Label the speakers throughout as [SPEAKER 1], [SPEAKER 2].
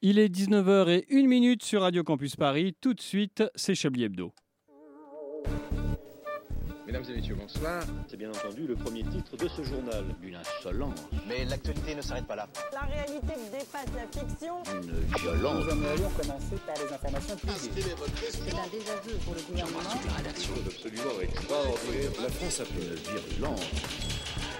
[SPEAKER 1] Il est 19h et 1 minute sur Radio Campus Paris. Tout de suite, c'est Chablis Hebdo.
[SPEAKER 2] Mesdames et messieurs, bonsoir.
[SPEAKER 3] C'est bien entendu le premier titre de ce journal. Une insolence.
[SPEAKER 4] Mais l'actualité ne s'arrête pas là.
[SPEAKER 5] La réalité dépasse la fiction.
[SPEAKER 3] Une violence.
[SPEAKER 6] Nous allons commencer par les informations publiques.
[SPEAKER 7] C'est un désaveu pour le gouvernement.
[SPEAKER 8] la rédaction absolument extraordinaire.
[SPEAKER 3] La France a fait une virulence.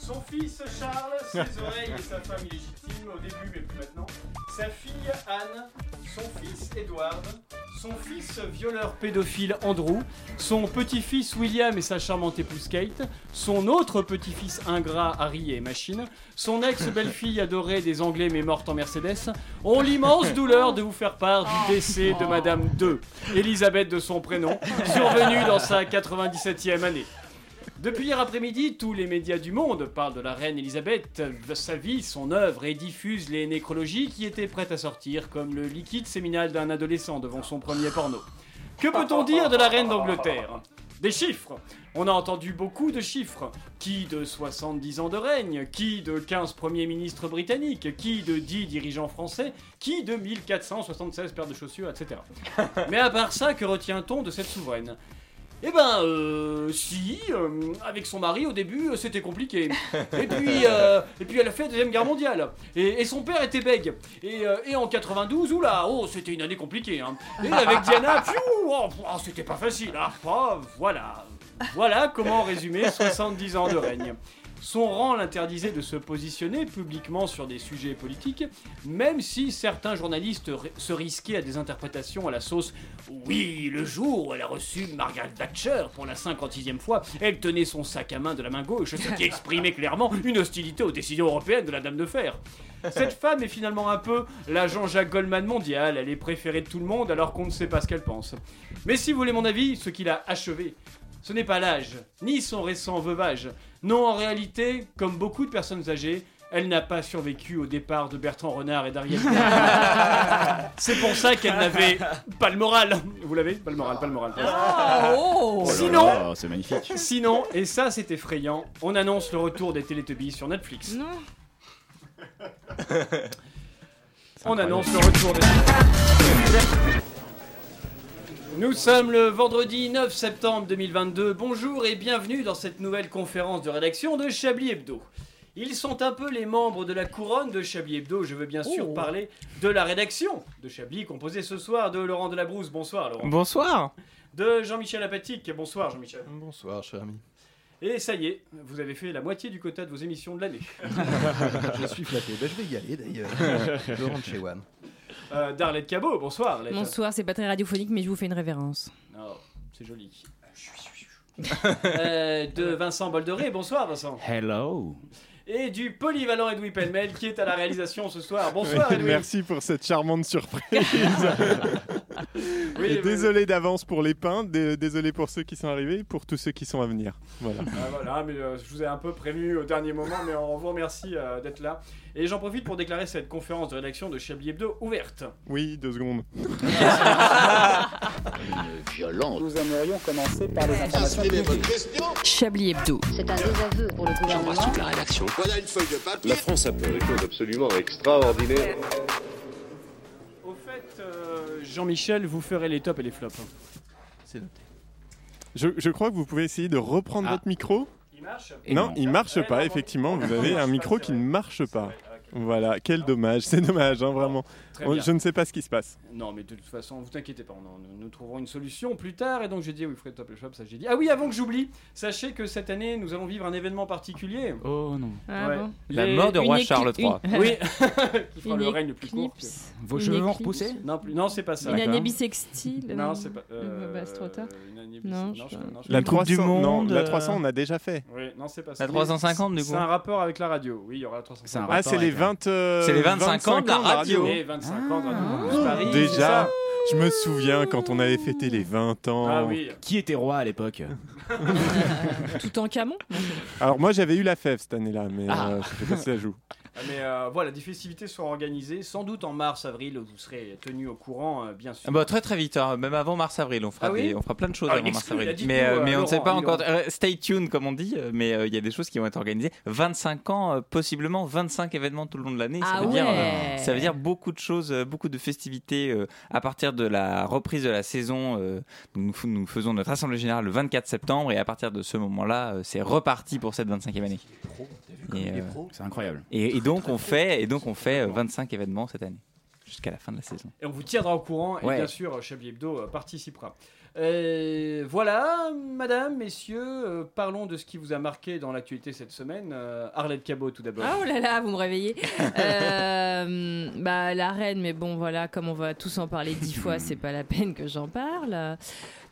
[SPEAKER 9] Son fils Charles, ses oreilles et sa femme illégitime au début mais plus maintenant. Sa fille Anne, son fils Edward, son fils violeur pédophile Andrew, son petit-fils William et sa charmante épouse Kate, son autre petit-fils ingrat Harry et Machine, son ex-belle-fille adorée des Anglais mais morte en Mercedes, ont l'immense douleur de vous faire part du décès de Madame 2, Elisabeth de son prénom, survenue dans sa 97e année. Depuis hier après-midi, tous les médias du monde parlent de la reine Elisabeth, de sa vie, son œuvre et diffusent les nécrologies qui étaient prêtes à sortir, comme le liquide séminal d'un adolescent devant son premier porno. Que peut-on dire de la reine d'Angleterre Des chiffres On a entendu beaucoup de chiffres. Qui de 70 ans de règne Qui de 15 premiers ministres britanniques Qui de 10 dirigeants français Qui de 1476 paires de chaussures, etc. Mais à part ça, que retient-on de cette souveraine eh ben, euh, si, euh, avec son mari au début, euh, c'était compliqué. Et puis, euh, et puis elle a fait la Deuxième Guerre mondiale. Et, et son père était bègue. Et, euh, et en 92, oula, oh, c'était une année compliquée. hein. Et avec Diana, pfiou, oh, oh, c'était pas facile. Ah, oh, voilà. Voilà comment résumer 70 ans de règne. Son rang l'interdisait de se positionner publiquement sur des sujets politiques, même si certains journalistes ri- se risquaient à des interprétations à la sauce Oui, le jour où elle a reçu Margaret Thatcher pour la 56e fois, elle tenait son sac à main de la main gauche, ce qui exprimait clairement une hostilité aux décisions européennes de la Dame de Fer. Cette femme est finalement un peu la Jean-Jacques Goldman mondiale, elle est préférée de tout le monde alors qu'on ne sait pas ce qu'elle pense. Mais si vous voulez mon avis, ce qu'il a achevé, ce n'est pas l'âge, ni son récent veuvage. Non, en réalité, comme beaucoup de personnes âgées, elle n'a pas survécu au départ de Bertrand Renard et d'Ariel. Dombal. C'est pour ça qu'elle n'avait pas le moral. Vous l'avez Pas le moral, pas le moral.
[SPEAKER 3] Ah,
[SPEAKER 10] Ah.
[SPEAKER 11] Oh,
[SPEAKER 9] Sinon-
[SPEAKER 3] c'est magnifique.
[SPEAKER 9] Sinon, et ça c'est effrayant, on annonce le retour des Teletubbies sur Netflix.
[SPEAKER 12] Non.
[SPEAKER 9] On annonce le retour des... Nous sommes le vendredi 9 septembre 2022. Bonjour et bienvenue dans cette nouvelle conférence de rédaction de Chablis Hebdo. Ils sont un peu les membres de la couronne de Chablis Hebdo. Je veux bien sûr
[SPEAKER 11] Oh.
[SPEAKER 9] parler de la rédaction de Chablis, composée ce soir de Laurent Delabrousse. Bonsoir Laurent.
[SPEAKER 11] Bonsoir.
[SPEAKER 9] De Jean-Michel Apatique. Bonsoir Jean-Michel.
[SPEAKER 11] Bonsoir, cher ami.
[SPEAKER 9] Et ça y est, vous avez fait la moitié du quota de vos émissions de l'année.
[SPEAKER 11] je suis flatté. Ben, je vais y aller d'ailleurs. je rentre chez One.
[SPEAKER 9] Euh, Darlette Cabot, bonsoir. Arlette.
[SPEAKER 10] Bonsoir, c'est pas très radiophonique, mais je vous fais une révérence.
[SPEAKER 9] Oh, c'est joli. Euh, de Vincent Boldoré, bonsoir Vincent.
[SPEAKER 13] Hello.
[SPEAKER 9] Et du polyvalent Edoui Pellemel qui est à la réalisation ce soir. Bonsoir Edoui.
[SPEAKER 14] Merci pour cette charmante surprise.
[SPEAKER 9] Eh Oui,
[SPEAKER 14] Et
[SPEAKER 9] oui,
[SPEAKER 14] désolé d'avance pour les peintres, dé- désolé pour ceux qui sont arrivés, et pour tous ceux qui sont à venir. Voilà.
[SPEAKER 9] Ah, voilà, mais euh, je vous ai un peu prévenu au dernier moment, mais on vous remercie euh, d'être là. Et j'en profite pour déclarer cette conférence de rédaction de Chablis Hebdo ouverte.
[SPEAKER 14] Oui, deux secondes.
[SPEAKER 6] Nous aimerions commencer par les informations publiques.
[SPEAKER 12] Chablis Hebdo.
[SPEAKER 7] C'est un désaveu pour le gouvernement.
[SPEAKER 8] la rédaction.
[SPEAKER 4] Voilà une feuille de papier.
[SPEAKER 8] La France a fait des choses absolument extraordinaires.
[SPEAKER 9] Au fait, euh, Jean-Michel, vous ferez les tops et les flops.
[SPEAKER 11] C'est noté.
[SPEAKER 14] Je, je crois que vous pouvez essayer de reprendre votre micro.
[SPEAKER 9] Il marche
[SPEAKER 14] non, il marche
[SPEAKER 9] Ouais, Ah. non,
[SPEAKER 14] pas,
[SPEAKER 9] bon.
[SPEAKER 14] effectivement. Vous
[SPEAKER 9] Il
[SPEAKER 14] avez
[SPEAKER 9] marche pas,
[SPEAKER 14] un micro
[SPEAKER 9] c'est
[SPEAKER 14] qui
[SPEAKER 9] vrai.
[SPEAKER 14] ne marche pas.
[SPEAKER 9] Ouais, ok.
[SPEAKER 14] Voilà, quel dommage, c'est dommage, hein, vraiment.
[SPEAKER 9] Très
[SPEAKER 14] On-
[SPEAKER 9] bien.
[SPEAKER 14] je ne sais pas ce qui se passe.
[SPEAKER 9] Non, mais de toute façon, vous inquiétez pas, on en- nous, nous trouverons une solution plus tard. Et donc j'ai dit, oui, Fred Top et Shop, ça j'ai dit. Ah oui, avant que j'oublie, sachez que cette année, nous allons vivre un événement particulier.
[SPEAKER 13] Oh non.
[SPEAKER 10] Ah
[SPEAKER 9] Ouais.
[SPEAKER 10] bon
[SPEAKER 13] La mort de
[SPEAKER 10] Une
[SPEAKER 13] roi
[SPEAKER 10] éclipse-
[SPEAKER 13] Charles III.
[SPEAKER 10] une-
[SPEAKER 9] Oui, qui fera
[SPEAKER 10] Une
[SPEAKER 9] le règne le plus court. que-
[SPEAKER 10] éclipse,
[SPEAKER 13] Vos
[SPEAKER 10] une
[SPEAKER 13] cheveux vont
[SPEAKER 10] éclipse,
[SPEAKER 13] repousser
[SPEAKER 9] Non, plus- non, c'est pas ça.
[SPEAKER 10] Une année
[SPEAKER 13] D'accord.
[SPEAKER 10] bissextile.
[SPEAKER 9] Non, c'est pas. euh,
[SPEAKER 10] bah, c'est trop tard.
[SPEAKER 9] une année
[SPEAKER 10] Non,
[SPEAKER 9] bis-
[SPEAKER 10] je
[SPEAKER 9] non,
[SPEAKER 10] sais
[SPEAKER 9] je-
[SPEAKER 10] pas.
[SPEAKER 9] non, je-
[SPEAKER 14] La
[SPEAKER 13] Une Coupe
[SPEAKER 14] 300,
[SPEAKER 13] du
[SPEAKER 14] non,
[SPEAKER 13] Monde,
[SPEAKER 14] la
[SPEAKER 13] euh,
[SPEAKER 14] 300, on a déjà fait.
[SPEAKER 9] Oui, non, c'est pas ça.
[SPEAKER 13] La 350 du coup.
[SPEAKER 9] C'est un rapport avec la radio. Oui, il y aura la 350.
[SPEAKER 13] C'est un
[SPEAKER 14] Ah, c'est les 20. euh,
[SPEAKER 13] C'est les 25 ans de la radio.
[SPEAKER 9] Et 25 ans de Radio
[SPEAKER 10] Ah.
[SPEAKER 9] Campus Paris. c'est
[SPEAKER 14] Déjà,
[SPEAKER 9] ça
[SPEAKER 14] je me souviens quand on avait fêté les 20
[SPEAKER 13] Oh.
[SPEAKER 14] ans.
[SPEAKER 9] Ah oui.
[SPEAKER 13] Qui était roi à l'époque
[SPEAKER 10] Tout en camon.
[SPEAKER 14] Alors moi j'avais eu la fève cette année-là, mais
[SPEAKER 13] Ah.
[SPEAKER 14] euh, je sais pas si ça joue.
[SPEAKER 9] Mais euh, voilà, des festivités seront organisées, sans doute en mars-avril, vous serez tenus au courant, euh, bien sûr.
[SPEAKER 15] Ah bah, très très vite, hein. même avant mars-avril, on, fera
[SPEAKER 9] Ah oui
[SPEAKER 15] des- on fera plein de choses
[SPEAKER 9] Ah,
[SPEAKER 15] avant
[SPEAKER 9] exclu, là,
[SPEAKER 15] mars-avril.
[SPEAKER 9] dites-nous,
[SPEAKER 15] Mais, euh,
[SPEAKER 9] euh,
[SPEAKER 15] mais on ne sait
[SPEAKER 9] Laurent,
[SPEAKER 15] pas
[SPEAKER 9] hein,
[SPEAKER 15] encore.
[SPEAKER 9] Laurent.
[SPEAKER 15] Euh, Stay tuned, comme on dit, euh, mais euh, il y a des choses qui vont être organisées. 25 ans, euh, possiblement 25 événements tout le long de l'année.
[SPEAKER 16] Ah
[SPEAKER 15] ça, veut dire, euh,
[SPEAKER 16] ouais.
[SPEAKER 15] ça veut dire beaucoup de choses, euh, beaucoup de festivités euh, à partir de la reprise de la saison. euh, nous, f- nous faisons notre assemblée générale le 24 septembre et à partir de ce moment-là, euh, c'est reparti pour cette 25e année. Et, euh,
[SPEAKER 13] C'est incroyable.
[SPEAKER 15] et, et donc on fait, et donc on fait euh, 25 événements cette année jusqu'à la fin de la saison.
[SPEAKER 9] Et on vous tiendra au courant, et
[SPEAKER 15] Ouais.
[SPEAKER 9] bien sûr, Chablis Hebdo euh, participera. Euh, voilà, madame, messieurs, euh, parlons de ce qui vous a marqué dans l'actualité cette semaine. Euh, Arlette Cabot, tout d'abord.
[SPEAKER 10] Ah, Oh là là, vous me réveillez. Euh, bah, la reine, mais bon, voilà, comme on va tous en parler dix fois, c'est pas la peine que j'en parle.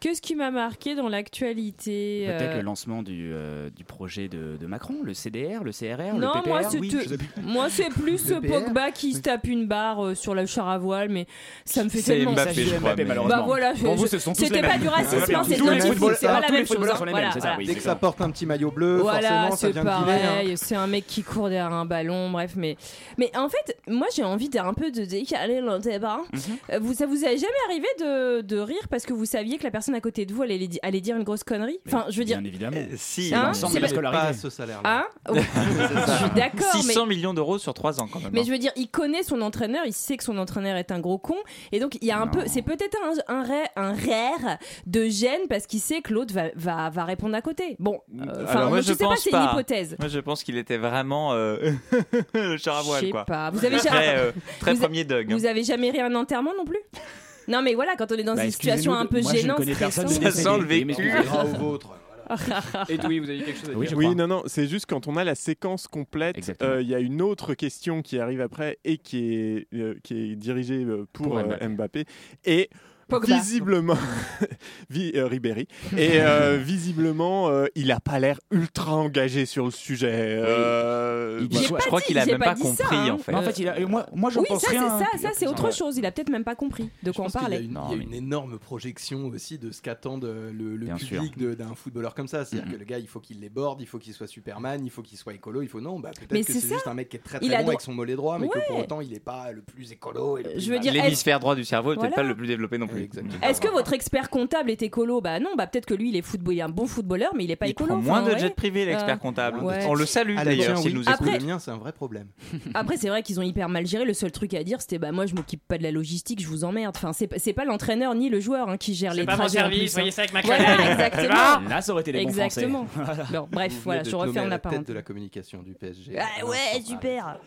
[SPEAKER 10] Qu'est-ce qui m'a marqué dans l'actualité euh,
[SPEAKER 13] Peut-être le lancement du, euh, du projet de, de Macron, le CDR, le CRR,
[SPEAKER 10] Non,
[SPEAKER 13] le PPR.
[SPEAKER 10] moi, c'est
[SPEAKER 13] oui,
[SPEAKER 10] te-
[SPEAKER 13] je sais plus.
[SPEAKER 10] moi, c'est plus
[SPEAKER 13] Le
[SPEAKER 10] euh,
[SPEAKER 13] PR.
[SPEAKER 10] Pogba qui se tape une barre euh, sur la char à voile, mais ça me fait
[SPEAKER 13] C'est
[SPEAKER 10] tellement.
[SPEAKER 13] Mbappé, je crois, mais-
[SPEAKER 10] Bah voilà, je-
[SPEAKER 13] Pour vous,
[SPEAKER 10] je-
[SPEAKER 13] ce sont tous
[SPEAKER 10] c'était
[SPEAKER 13] les
[SPEAKER 10] pas
[SPEAKER 13] mêmes.
[SPEAKER 10] du
[SPEAKER 13] Ah,
[SPEAKER 10] racisme,
[SPEAKER 13] bien
[SPEAKER 10] hein,
[SPEAKER 13] sûr.
[SPEAKER 10] c'est de
[SPEAKER 13] Tous les
[SPEAKER 10] l'autisme,
[SPEAKER 13] footballeurs-
[SPEAKER 10] c'est pas
[SPEAKER 13] tous
[SPEAKER 10] la
[SPEAKER 13] les
[SPEAKER 10] même chose.
[SPEAKER 13] footballeurs sont
[SPEAKER 10] hein,
[SPEAKER 13] les mêmes,
[SPEAKER 10] voilà,
[SPEAKER 13] c'est Ah, ça,
[SPEAKER 10] voilà.
[SPEAKER 13] oui,
[SPEAKER 17] Dès que ça
[SPEAKER 13] exactement.
[SPEAKER 17] porte un petit maillot bleu,
[SPEAKER 10] Voilà,
[SPEAKER 17] euh, forcément, ça
[SPEAKER 10] c'est
[SPEAKER 17] vient de filer, hein.
[SPEAKER 10] pareil. C'est un mec qui court derrière un ballon, bref. Mais, mais en fait, moi, j'ai envie d'un peu de décaler le débat.
[SPEAKER 13] Mhm.
[SPEAKER 10] Euh, vous, ça vous est jamais arrivé de, de rire parce que vous saviez que la personne à côté de vous allait, les- allait dire une grosse connerie Enfin, je veux dire.
[SPEAKER 13] Bien évidemment.
[SPEAKER 15] Si,
[SPEAKER 10] Hein
[SPEAKER 15] on
[SPEAKER 10] C'est pas-
[SPEAKER 15] pas ce salaire.
[SPEAKER 10] Hein Oh, Je suis d'accord, mais.
[SPEAKER 15] 600 millions d'euros sur 3 ans quand même. hein.
[SPEAKER 10] Mais je veux dire, il connaît son entraîneur, il sait que son entraîneur est un gros con, et donc il y a un peu, c'est peut-être un, un, ra- un rare de gêne parce qu'il sait que l'autre va, va, va répondre à côté. Bon, euh, enfin,
[SPEAKER 15] Alors,
[SPEAKER 10] moi, je, sais pas,
[SPEAKER 15] pense
[SPEAKER 10] c'est une hypothèse.
[SPEAKER 15] Moi, je pense qu'il était vraiment euh, le char à
[SPEAKER 10] Je
[SPEAKER 15] voile,
[SPEAKER 10] sais
[SPEAKER 15] quoi.
[SPEAKER 10] pas. Vous avez jamais-
[SPEAKER 15] Très, euh, très
[SPEAKER 10] Vous-
[SPEAKER 15] premier Doug. hein.
[SPEAKER 10] Vous avez jamais ri à un enterrement non plus Non, mais voilà, quand on est dans
[SPEAKER 15] Bah,
[SPEAKER 10] une situation un peu
[SPEAKER 15] excusez-nous, moi, je ne
[SPEAKER 10] gênante,
[SPEAKER 15] connais personne
[SPEAKER 10] stressante-
[SPEAKER 15] de décédé, Ça sent le vécu. mais excusez-moi.
[SPEAKER 17] Gras au vôtre.
[SPEAKER 10] Ah
[SPEAKER 9] Edoui, vous avez quelque chose à dire
[SPEAKER 14] oui, non, non, c'est juste quand on a la séquence complète, euh, il y a une autre question qui arrive après et qui est, euh, qui est dirigée euh, pour,
[SPEAKER 18] Pour
[SPEAKER 14] euh,
[SPEAKER 18] Mbappé.
[SPEAKER 14] Mbappé. Et
[SPEAKER 18] Pogba.
[SPEAKER 14] visiblement, Vi- euh, Ribéry, et euh, visiblement, euh, il n'a pas l'air ultra engagé sur le sujet. euh,
[SPEAKER 15] Il dit- J'ai je pas crois dit- qu'il a j'ai même pas pas dit ça, compris, hein. en fait.
[SPEAKER 13] Mais En fait, il a- et moi, moi j'en
[SPEAKER 10] oui,
[SPEAKER 13] pense
[SPEAKER 10] ça,
[SPEAKER 15] hein.
[SPEAKER 13] rien.
[SPEAKER 10] c'est ça, ça c'est autre chose. Il a peut-être même pas compris de quoi on
[SPEAKER 8] pense qu'il y a
[SPEAKER 10] parlait.
[SPEAKER 8] une- Il y a une, énorme projection aussi de ce qu'attendent euh, le, le
[SPEAKER 13] Bien
[SPEAKER 8] public
[SPEAKER 13] sûr.
[SPEAKER 8] de- d'un footballeur comme ça.
[SPEAKER 10] Mm-hmm.
[SPEAKER 8] C'est-à-dire que le gars, il faut qu'il l'éborde, il faut qu'il soit Superman, il faut qu'il soit écolo, il faut non. Bah,
[SPEAKER 10] Mais
[SPEAKER 8] Peut-être que
[SPEAKER 10] c'est
[SPEAKER 8] c'est
[SPEAKER 10] ça.
[SPEAKER 8] juste un mec qui est très
[SPEAKER 10] Il
[SPEAKER 8] très
[SPEAKER 10] a
[SPEAKER 8] bon
[SPEAKER 10] droit-
[SPEAKER 8] avec son mollet droit, mais que pour
[SPEAKER 10] Ouais.
[SPEAKER 8] autant, il n'est pas le plus écolo. et le plus
[SPEAKER 10] Je veux dire,
[SPEAKER 8] machin.
[SPEAKER 15] L'hémisphère droit du cerveau est peut-être
[SPEAKER 10] Voilà.
[SPEAKER 15] pas le plus développé non plus.
[SPEAKER 10] Est-ce que votre expert comptable est écolo Bah non, bah peut-être que lui il est football, il est un bon footballeur, mais il est pas
[SPEAKER 15] Il
[SPEAKER 10] écolo.
[SPEAKER 15] prend moins
[SPEAKER 10] enfin,
[SPEAKER 15] de
[SPEAKER 10] ouais.
[SPEAKER 15] jets privés,
[SPEAKER 10] Euh,
[SPEAKER 15] l'expert comptable.
[SPEAKER 10] ouais.
[SPEAKER 15] On le salue
[SPEAKER 8] Ah,
[SPEAKER 15] d'ailleurs
[SPEAKER 8] tiens,
[SPEAKER 15] s'il
[SPEAKER 8] oui.
[SPEAKER 15] nous
[SPEAKER 10] Après-
[SPEAKER 15] écoute.
[SPEAKER 8] Le mien, c'est un vrai problème.
[SPEAKER 10] Après, c'est vrai qu'ils ont hyper mal géré. Le seul truc à dire, c'était bah moi je m'occupe pas de la logistique, je vous emmerde. Enfin, c'est c'est pas l'entraîneur ni le joueur hein, qui gère les
[SPEAKER 13] pas mon
[SPEAKER 10] trajets. en
[SPEAKER 13] service,
[SPEAKER 10] plus, hein.
[SPEAKER 13] voyez ça avec ma
[SPEAKER 10] Voilà,
[SPEAKER 13] collègue.
[SPEAKER 10] exactement.
[SPEAKER 13] Ça va Là, ça aurait été les bons Français.
[SPEAKER 10] Exactement. Bon, bref,
[SPEAKER 8] Vous
[SPEAKER 10] voilà,
[SPEAKER 8] venez
[SPEAKER 10] je
[SPEAKER 8] de
[SPEAKER 10] refais
[SPEAKER 8] nommer à
[SPEAKER 10] en
[SPEAKER 8] la
[SPEAKER 10] apparence.
[SPEAKER 8] tête de la communication du PSG.
[SPEAKER 10] Ah ouais, super.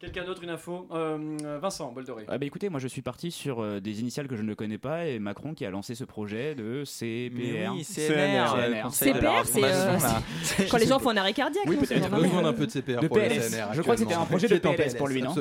[SPEAKER 9] Quelqu'un d'autre, une info Euh, Vincent Boldoré.
[SPEAKER 13] Ah bah écoutez, moi je suis parti sur euh, des initiales que je ne connais pas et Macron qui a lancé ce projet de CPR.
[SPEAKER 15] Mais oui, CNR, euh, Conseil de la
[SPEAKER 10] CPR, c'est euh,
[SPEAKER 13] Fondation, là.
[SPEAKER 10] c'est- quand les gens font un arrêt cardiaque. non, c'est vraiment-
[SPEAKER 13] De PLS. Je crois que c'était un projet de PLS pour lui, non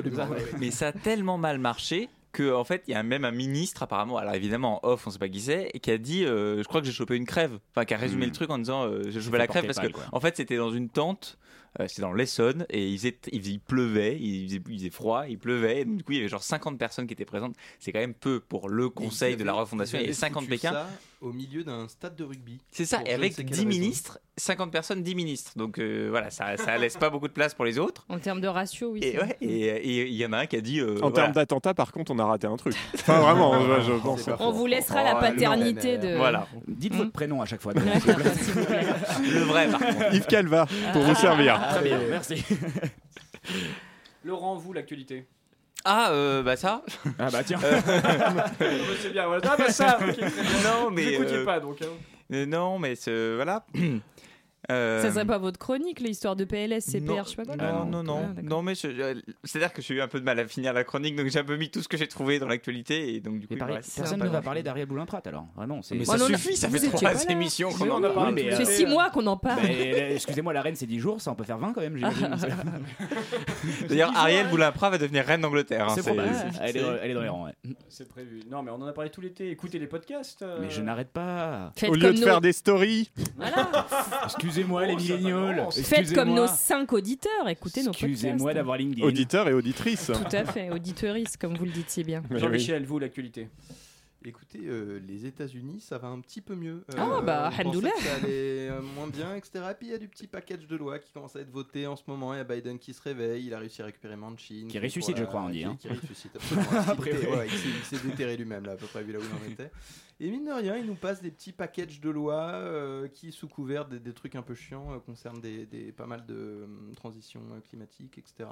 [SPEAKER 15] Mais ça a tellement mal marché que en fait il y a même un ministre apparemment alors évidemment en off on sait pas qui c'est et qui a dit euh, je crois que j'ai chopé une crève enfin qui a résumé le truc en disant euh, j'ai chopé
[SPEAKER 13] fait
[SPEAKER 15] la crève
[SPEAKER 13] porter
[SPEAKER 15] parce
[SPEAKER 13] pâle,
[SPEAKER 15] que
[SPEAKER 13] quoi.
[SPEAKER 15] en fait c'était dans une tente euh, c'était dans l'Essonne et il faisait, il faisait- il pleuvait il faisait, il faisait froid il pleuvait et donc, du coup il y avait genre 50 personnes qui étaient présentes c'est quand même peu pour le conseil de la refondation il y avait 50 Pékin
[SPEAKER 8] Pékin au milieu d'un stade de rugby.
[SPEAKER 15] c'est ça,
[SPEAKER 8] Pour
[SPEAKER 15] et
[SPEAKER 8] je ne
[SPEAKER 15] avec
[SPEAKER 8] sais quelle
[SPEAKER 15] 10
[SPEAKER 8] raison.
[SPEAKER 15] ministres, 50 personnes, 10 ministres. Donc euh, voilà, ça, ça laisse pas beaucoup de place pour les autres.
[SPEAKER 10] En termes de ratio, oui.
[SPEAKER 15] Et
[SPEAKER 10] c'est
[SPEAKER 15] ouais,
[SPEAKER 10] vrai.
[SPEAKER 15] et- et il y en a un qui a dit. euh,
[SPEAKER 14] En
[SPEAKER 15] voilà.
[SPEAKER 14] termes d'attentat, par contre, on a raté un truc. Enfin, vraiment, hein, je, je pense.
[SPEAKER 10] On vous
[SPEAKER 13] Oh,
[SPEAKER 10] laissera la paternité de.
[SPEAKER 15] Voilà.
[SPEAKER 13] Dites votre prénom à chaque fois.
[SPEAKER 15] Le vrai, par contre.
[SPEAKER 14] Yves Calva, pour vous servir.
[SPEAKER 13] Très bien, merci.
[SPEAKER 9] Laurent, vous, l'actualité
[SPEAKER 15] Ah, euh, bah ça
[SPEAKER 13] Ah bah tiens.
[SPEAKER 15] Euh,
[SPEAKER 9] C'est bien, voilà. Ah bah ça, ok, très bien.
[SPEAKER 15] Non, mais,
[SPEAKER 9] Vous écoutiez
[SPEAKER 15] euh,
[SPEAKER 9] pas, donc. hein.
[SPEAKER 15] Euh, non, mais ce, voilà. Euh,
[SPEAKER 10] Ça serait pas votre chronique, l'histoire de PLS, CPR, je sais pas quoi. là.
[SPEAKER 15] Non, Ah, non,
[SPEAKER 10] Ah,
[SPEAKER 15] non. non, mais je- je- c'est-à-dire que j'ai eu un peu de mal à finir la chronique, donc j'ai un peu mis tout ce que j'ai trouvé dans l'actualité. Et donc, du coup, il me
[SPEAKER 13] Pareil,
[SPEAKER 15] reste
[SPEAKER 13] personne
[SPEAKER 15] pas
[SPEAKER 13] ne va
[SPEAKER 15] grand-chose.
[SPEAKER 13] parler d'Ariel Boulin-Prat alors. Vraiment, c'est-
[SPEAKER 15] Mais
[SPEAKER 10] Oh
[SPEAKER 15] ça suffit, ça fait trois émissions qu'on en parle.
[SPEAKER 13] Oui, mais,
[SPEAKER 10] C'est
[SPEAKER 13] euh,
[SPEAKER 10] six mois qu'on en parle.
[SPEAKER 13] mais, euh, Excusez-moi, la reine c'est 10 jours, ça on peut faire 20 quand même, j'imagine.
[SPEAKER 15] D'ailleurs, Ariel Boulin-Prat va devenir reine d'Angleterre. hein,
[SPEAKER 13] C'est probable. Elle est,
[SPEAKER 15] c'est-
[SPEAKER 13] elle est dans les rangs, ouais.
[SPEAKER 9] C'est prévu. Non, mais on en a parlé tout l'été. Écoutez les podcasts. euh.
[SPEAKER 13] Mais je n'arrête pas.
[SPEAKER 10] Faites Au lieu comme de nous. faire
[SPEAKER 14] des stories.
[SPEAKER 13] Excusez-moi, les milléniaux.
[SPEAKER 10] Faites comme nos cinq auditeurs, écoutez nos
[SPEAKER 13] Excusez-moi
[SPEAKER 10] podcasts. hein.
[SPEAKER 13] d'avoir LinkedIn.
[SPEAKER 14] Auditeurs et auditrices.
[SPEAKER 10] Tout à fait, auditeuriste, comme vous le dites si bien.
[SPEAKER 9] Jean-Michel, vous, l'actualité
[SPEAKER 8] Écoutez, euh, les États-Unis, ça va un petit peu mieux. euh,
[SPEAKER 10] Ah, bah,
[SPEAKER 8] on pensait
[SPEAKER 10] Hamdoullah.
[SPEAKER 8] que Ça allait euh, moins bien, etc. Puis il y a du petit package de lois qui commence à être voté en ce moment. Il y a Biden qui se réveille, il a réussi à récupérer Manchin.
[SPEAKER 13] Qui ressuscite, je crois, on dit,
[SPEAKER 8] Qui,
[SPEAKER 13] hein.
[SPEAKER 8] qui ressuscite, absolument. Il s'est
[SPEAKER 13] Après,
[SPEAKER 8] déterré,
[SPEAKER 13] ouais.
[SPEAKER 8] ouais, il s'est- il s'est déterré lui-même, là, à peu près, vu là où il en était. Et mine de rien, il nous passe des petits packages de lois euh, qui, sous couvert des, des trucs un peu chiants, euh, concernent des, des- pas mal de euh, transitions euh, climatiques, etc.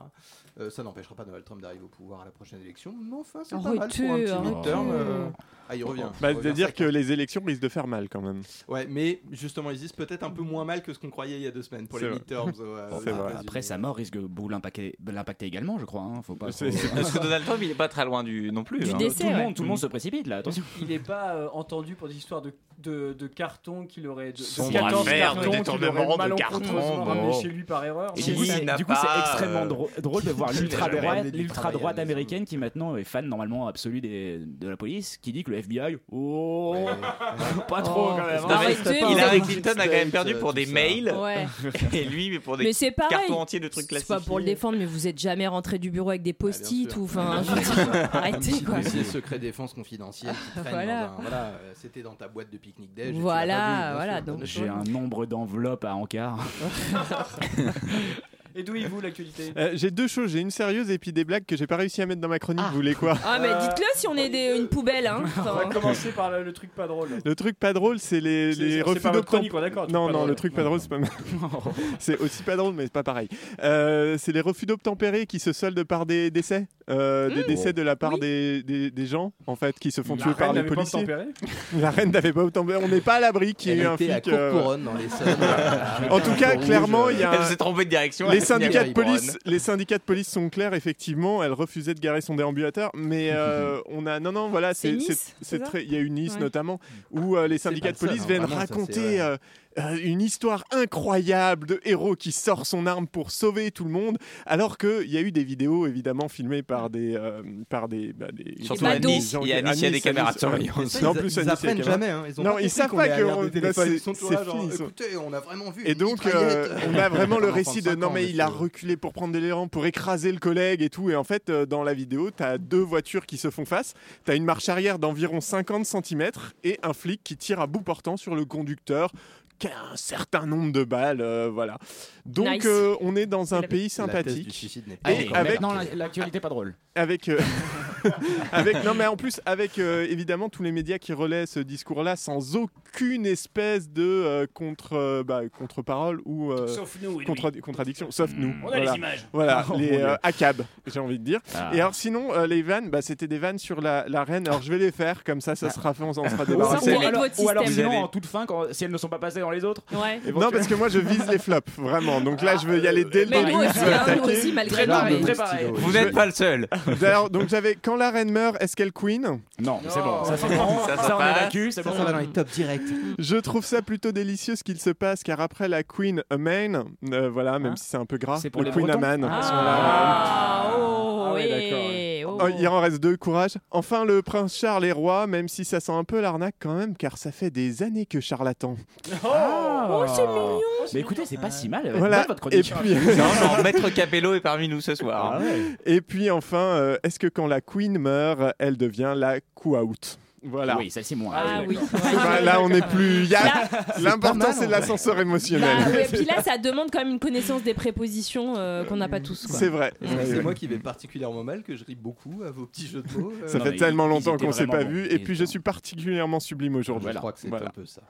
[SPEAKER 8] Euh, ça n'empêchera pas Donald Trump d'arriver au pouvoir à la prochaine élection, mais enfin, c'est pas mal pour un petit
[SPEAKER 14] Arrêtez,
[SPEAKER 8] midterm,
[SPEAKER 14] arrêtez.
[SPEAKER 13] Oh.
[SPEAKER 8] euh, Ah, il revient.
[SPEAKER 14] Bah,
[SPEAKER 8] Il revient
[SPEAKER 14] C'est-à-dire
[SPEAKER 8] cinq
[SPEAKER 14] que les élections risquent de faire mal quand même.
[SPEAKER 8] Ouais, mais justement, ils disent peut-être un peu moins mal que ce qu'on croyait il y a deux semaines pour les midterms. aux, euh, aux États-Unis.
[SPEAKER 13] Après, sa mort risque beaucoup l'impacter l'impacter également, je crois. hein. Faut pas.
[SPEAKER 15] C'est- Parce que Donald Trump, il est pas très loin du non plus.
[SPEAKER 13] Du
[SPEAKER 15] hein.
[SPEAKER 13] décès,
[SPEAKER 15] tout le
[SPEAKER 13] ouais.
[SPEAKER 15] monde, tout le monde se précipite là. Attention.
[SPEAKER 9] Il n'est pas euh, entendu pour des histoires de, de, de cartons qu'il aurait. De, de
[SPEAKER 15] Sombre
[SPEAKER 9] 14
[SPEAKER 15] affaire
[SPEAKER 9] cartons
[SPEAKER 15] de
[SPEAKER 9] qu'il aurait
[SPEAKER 15] détournement de
[SPEAKER 9] malencontreusement
[SPEAKER 15] cartons,
[SPEAKER 9] ramenés
[SPEAKER 15] bon.
[SPEAKER 9] chez lui par erreur.
[SPEAKER 13] Et
[SPEAKER 9] Mais
[SPEAKER 13] du coup,
[SPEAKER 9] il
[SPEAKER 13] c'est-
[SPEAKER 9] n'a
[SPEAKER 13] du coup, c'est
[SPEAKER 9] pas,
[SPEAKER 13] extrêmement
[SPEAKER 9] euh,
[SPEAKER 13] drôle, drôle de voir
[SPEAKER 9] qui n'a
[SPEAKER 13] l'ultra
[SPEAKER 9] jamais
[SPEAKER 13] droite,
[SPEAKER 9] amené du
[SPEAKER 13] l'ultra
[SPEAKER 9] travail à
[SPEAKER 13] droite
[SPEAKER 9] la maison.
[SPEAKER 13] américaine qui maintenant est fan normalement absolu des- de la police, qui dit que le FBI, oh, pas trop quand même. hein.
[SPEAKER 15] Non, mais Hillary Clinton a quand même perdu pour des mails.
[SPEAKER 10] Ouais.
[SPEAKER 15] Et lui, mais pour des
[SPEAKER 10] Mais c'est pareil.
[SPEAKER 15] cartons entiers de trucs
[SPEAKER 10] C'est
[SPEAKER 15] classiques.
[SPEAKER 10] pas pour le défendre, mais vous êtes jamais rentré du bureau avec des post-it ou enfin. je veux dire, Arrêtez quoi.
[SPEAKER 8] Un petit dossier secret défense confidentiel qui traîne
[SPEAKER 10] Voilà.
[SPEAKER 8] dans un- voilà, euh, c'était dans ta boîte de pique-nique déj. et tu
[SPEAKER 10] Voilà,
[SPEAKER 8] l'as pas vu, bien
[SPEAKER 10] voilà,
[SPEAKER 8] sûr, bien
[SPEAKER 10] donc-
[SPEAKER 8] sûr.
[SPEAKER 13] J'ai un nombre d'enveloppes à encart.
[SPEAKER 9] Et d'où il vous l'actualité
[SPEAKER 14] Euh, j'ai deux choses, j'ai une sérieuse et puis des blagues que j'ai pas réussi à mettre dans ma chronique, vous voulez quoi
[SPEAKER 10] Ah, mais dites-le si on est des- une poubelle, hein.
[SPEAKER 9] On va
[SPEAKER 10] Enfin,
[SPEAKER 9] commencer par le, le truc pas drôle.
[SPEAKER 14] Le truc pas drôle, c'est les,
[SPEAKER 9] C'est-
[SPEAKER 14] les
[SPEAKER 9] c'est- c'est
[SPEAKER 14] refus
[SPEAKER 9] pas votre
[SPEAKER 14] d'obtempor-
[SPEAKER 9] chronique, quoi, d'accord, le truc
[SPEAKER 14] Non,
[SPEAKER 9] pas
[SPEAKER 14] non,
[SPEAKER 9] drôle.
[SPEAKER 14] le truc pas drôle, c'est pas mal. c'est aussi pas drôle, mais c'est pas pareil. Euh, c'est les refus d'obtempérer qui se soldent par des décès. euh, des
[SPEAKER 9] Mmh.
[SPEAKER 14] décès de la part des, des- des gens, en fait, qui se font
[SPEAKER 9] La
[SPEAKER 14] tuer par
[SPEAKER 9] reine
[SPEAKER 14] les
[SPEAKER 9] n'avait pas
[SPEAKER 14] policiers.
[SPEAKER 9] obtempéré
[SPEAKER 14] la reine n'avait pas obtempéré. On n'est pas à l'abri qu'il y ait
[SPEAKER 8] Elle
[SPEAKER 14] eu un
[SPEAKER 8] était
[SPEAKER 14] flic. euh,
[SPEAKER 8] à Courcouronne, dans les Ah, Sommes, avec
[SPEAKER 14] en
[SPEAKER 8] un
[SPEAKER 14] tout cas,
[SPEAKER 8] drapeau rouge,
[SPEAKER 14] clairement,
[SPEAKER 8] euh,
[SPEAKER 14] il y a.
[SPEAKER 8] elle s'est trompée de direction, elle
[SPEAKER 14] Les
[SPEAKER 8] a signé
[SPEAKER 14] syndicats de
[SPEAKER 8] Harry Brown.
[SPEAKER 14] police, les syndicats de police sont clairs, effectivement. Elle refusait de garer son déambulateur, mais euh, on a non non voilà
[SPEAKER 9] C'est
[SPEAKER 14] c'est
[SPEAKER 9] Nice,
[SPEAKER 14] c'est-
[SPEAKER 9] c'est
[SPEAKER 14] c'est
[SPEAKER 9] ça
[SPEAKER 14] très il y a eu Nice
[SPEAKER 9] Ouais.
[SPEAKER 14] notamment où euh, les syndicats de
[SPEAKER 9] pas le
[SPEAKER 14] police
[SPEAKER 9] seul, hein,
[SPEAKER 14] viennent
[SPEAKER 9] vraiment, ça, c'est
[SPEAKER 14] raconter
[SPEAKER 9] vrai.
[SPEAKER 14] euh, euh, une histoire incroyable de héros qui sort son arme pour sauver tout le monde, alors que il y a eu des vidéos évidemment filmées par des euh, par des, bah, des
[SPEAKER 15] Surtout à Nice, il y a- à Nice, il y a des caméras de surveillance.
[SPEAKER 14] Non, en
[SPEAKER 15] Ils-
[SPEAKER 14] plus
[SPEAKER 15] ils
[SPEAKER 14] à Nice, il y a des
[SPEAKER 15] apprennent
[SPEAKER 14] caméras.
[SPEAKER 15] jamais, hein, ils ont
[SPEAKER 14] Non, ils
[SPEAKER 15] pas compris
[SPEAKER 14] savent
[SPEAKER 15] qu'on
[SPEAKER 14] pas
[SPEAKER 15] est à
[SPEAKER 14] que
[SPEAKER 15] l'ère des
[SPEAKER 14] on- bah,
[SPEAKER 15] téléphones,
[SPEAKER 14] c'est-
[SPEAKER 15] ils sont
[SPEAKER 14] c'est
[SPEAKER 15] toujours là, genre,
[SPEAKER 14] fini, ils sont-
[SPEAKER 8] Écoutez, on a vraiment vu.
[SPEAKER 14] et
[SPEAKER 8] une
[SPEAKER 14] donc,
[SPEAKER 8] mitraillette.
[SPEAKER 14] euh, on a vraiment le
[SPEAKER 8] Un enfant de
[SPEAKER 14] récit de
[SPEAKER 8] cinq
[SPEAKER 14] non
[SPEAKER 8] ans,
[SPEAKER 14] mais il a
[SPEAKER 8] monsieur.
[SPEAKER 14] reculé pour prendre de l'élan, pour écraser le collègue et tout. Et en fait, euh, dans la vidéo, t'as deux voitures qui se font face, t'as une marche arrière d'environ 50 cm et un flic qui tire à bout portant sur le conducteur qui a un certain nombre de balles, euh, voilà. Donc
[SPEAKER 13] Nice.
[SPEAKER 14] euh, on est dans un
[SPEAKER 13] La-
[SPEAKER 14] pays
[SPEAKER 13] la thèse du
[SPEAKER 14] sympathique.
[SPEAKER 10] Ah,
[SPEAKER 13] suicide n'est pas
[SPEAKER 14] Et
[SPEAKER 13] encore
[SPEAKER 14] avec,
[SPEAKER 13] faite. Non, la- l'actualité pas drôle.
[SPEAKER 14] Avec, euh, avec non mais en plus avec euh, évidemment tous les médias qui relaient ce discours-là sans aucune espèce de euh, contre euh, bah, contre-parole ou euh,
[SPEAKER 9] Sauf nous, oui,
[SPEAKER 14] contra- contradiction, sauf nous.
[SPEAKER 9] On a les
[SPEAKER 14] Voilà.
[SPEAKER 9] images.
[SPEAKER 14] Voilà,
[SPEAKER 9] Oh, mon
[SPEAKER 14] les
[SPEAKER 9] Dieu.
[SPEAKER 14] euh, ACAB, j'ai envie de dire.
[SPEAKER 9] Ah.
[SPEAKER 14] Et alors sinon euh, les vannes, bah, c'était des vannes sur la, la reine. Alors je vais les faire comme ça, ça sera fait, on s'en sera débarrassé.
[SPEAKER 13] ou alors, ou alors sinon, en toute fin, quand, si elles ne sont pas passées dans les autres.
[SPEAKER 14] Non parce que moi je vise les flops vraiment. Donc là je veux y aller dès le
[SPEAKER 13] Mais
[SPEAKER 14] début.
[SPEAKER 13] nous aussi,
[SPEAKER 14] je veux
[SPEAKER 13] hein, nous
[SPEAKER 14] attaquer.
[SPEAKER 13] aussi, malgré Très tout, pareil, mais- très pareil.
[SPEAKER 15] Vous n'êtes pas le seul.
[SPEAKER 14] D'ailleurs, donc j'avais quand la reine meurt, est-ce qu'elle queen
[SPEAKER 13] Non,
[SPEAKER 14] c'est
[SPEAKER 13] bon, ça, c'est bon. Ça, ça Ça, on passe. évacue, c'est Ça, bon. ça va dans les
[SPEAKER 8] top direct.
[SPEAKER 14] Je trouve ça plutôt délicieux ce qu'il se passe car après la queen a man, euh, voilà, même si c'est un peu gras,
[SPEAKER 13] pour
[SPEAKER 14] le
[SPEAKER 13] les
[SPEAKER 14] queen a
[SPEAKER 13] Bretons.
[SPEAKER 14] man.
[SPEAKER 13] Ah.
[SPEAKER 14] sur la-
[SPEAKER 10] oh,
[SPEAKER 13] ouais,
[SPEAKER 10] eh, oh.
[SPEAKER 14] Oh, il en reste deux, courage. Enfin, le prince Charles est roi, même si ça sent un peu l'arnaque quand même, car ça fait des années que charlatan.
[SPEAKER 13] Oh, c'est mignon. Mais écoutez, c'est pas si mal. elle va être
[SPEAKER 14] Voilà.
[SPEAKER 13] Euh, bonne, votre chronique.
[SPEAKER 14] Et puis-
[SPEAKER 15] Non, non, Maître Capello est parmi nous ce
[SPEAKER 13] Ah
[SPEAKER 15] soir.
[SPEAKER 14] Et puis enfin, euh, est-ce que quand la queen meurt, elle devient la couout Voilà.
[SPEAKER 13] Oui, celle-ci moins.
[SPEAKER 10] Ah oui.
[SPEAKER 14] Bah, là, on n'est plus. il y a-
[SPEAKER 10] Là-
[SPEAKER 14] L'important, c'est l'ascenseur émotionnel.
[SPEAKER 10] Bah, ouais, puis là, ça demande quand même une connaissance des prépositions euh, qu'on n'a pas tous. quoi.
[SPEAKER 14] C'est vrai.
[SPEAKER 8] Est-ce que
[SPEAKER 14] Ouais,
[SPEAKER 8] C'est
[SPEAKER 14] ouais.
[SPEAKER 8] moi qui vais particulièrement mal, que je ris beaucoup à vos petits jeux de mots. euh,
[SPEAKER 14] Ça fait tellement longtemps qu'on s'est pas vu. Et puis, je suis particulièrement sublime aujourd'hui.
[SPEAKER 8] Je crois que c'est un peu ça.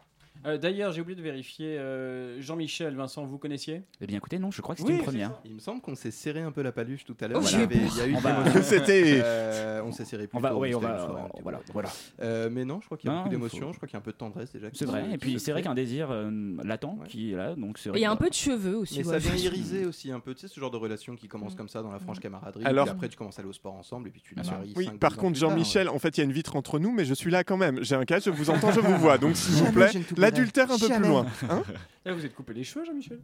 [SPEAKER 9] Euh, D'ailleurs, j'ai oublié de vérifier. euh, Jean-Michel, Vincent, vous connaissiez
[SPEAKER 13] Eh bien, écoutez, non, je crois que
[SPEAKER 9] c'était
[SPEAKER 13] c'était
[SPEAKER 9] Oui, une
[SPEAKER 13] une
[SPEAKER 9] première.
[SPEAKER 13] première.
[SPEAKER 8] Il me semble qu'on s'est serré un peu la paluche tout à l'heure.
[SPEAKER 13] Oh,
[SPEAKER 8] Voilà,
[SPEAKER 13] j'ai eu
[SPEAKER 8] avait-
[SPEAKER 13] peur.
[SPEAKER 8] il y a eu
[SPEAKER 13] On
[SPEAKER 8] de
[SPEAKER 13] va-
[SPEAKER 8] l'émotion.
[SPEAKER 13] C'était-
[SPEAKER 8] Euh, on s'est serré.
[SPEAKER 13] On va-
[SPEAKER 8] plutôt,
[SPEAKER 13] oui, on
[SPEAKER 8] c'était
[SPEAKER 13] va-
[SPEAKER 8] une soirée,
[SPEAKER 13] on-
[SPEAKER 8] un petit
[SPEAKER 13] voilà,
[SPEAKER 8] peu.
[SPEAKER 13] voilà.
[SPEAKER 8] Euh, mais non, je crois qu'il y a
[SPEAKER 13] Non,
[SPEAKER 8] beaucoup
[SPEAKER 13] il faut-
[SPEAKER 8] d'émotions. Je crois qu'il y a un peu de tendresse déjà. qui
[SPEAKER 13] C'est vrai.
[SPEAKER 8] se-
[SPEAKER 13] Et puis,
[SPEAKER 8] qui se
[SPEAKER 13] c'est vrai
[SPEAKER 8] crée.
[SPEAKER 13] qu'un désir euh, latent qui est là. Donc, c'est vrai
[SPEAKER 10] Et il y a
[SPEAKER 13] que- euh,
[SPEAKER 10] un peu de cheveux aussi.
[SPEAKER 8] Mais ça
[SPEAKER 10] ouais.
[SPEAKER 8] vient iriser aussi un peu, tu sais, ce genre de relation qui commence
[SPEAKER 13] Mm.
[SPEAKER 8] comme ça dans la franche camaraderie.
[SPEAKER 14] Alors-
[SPEAKER 8] puis après, tu commences à aller au sport ensemble et puis tu
[SPEAKER 13] Ah
[SPEAKER 8] te
[SPEAKER 13] bah
[SPEAKER 8] maries.
[SPEAKER 14] Oui,
[SPEAKER 8] cinq,
[SPEAKER 14] par
[SPEAKER 8] dix ans
[SPEAKER 14] contre,
[SPEAKER 8] plus tard.
[SPEAKER 14] Jean-Michel, en fait, il y a une vitre entre nous, mais je suis là quand même. J'ai un cas, je vous entends, je vous vois. Donc, s'il vous
[SPEAKER 8] Jamais
[SPEAKER 14] plaît,
[SPEAKER 8] je ne t'oublierai.
[SPEAKER 14] l'adultère un peu plus
[SPEAKER 8] Jamais.
[SPEAKER 14] loin. Hein
[SPEAKER 9] Là, vous êtes coupé les cheveux, Jean-Michel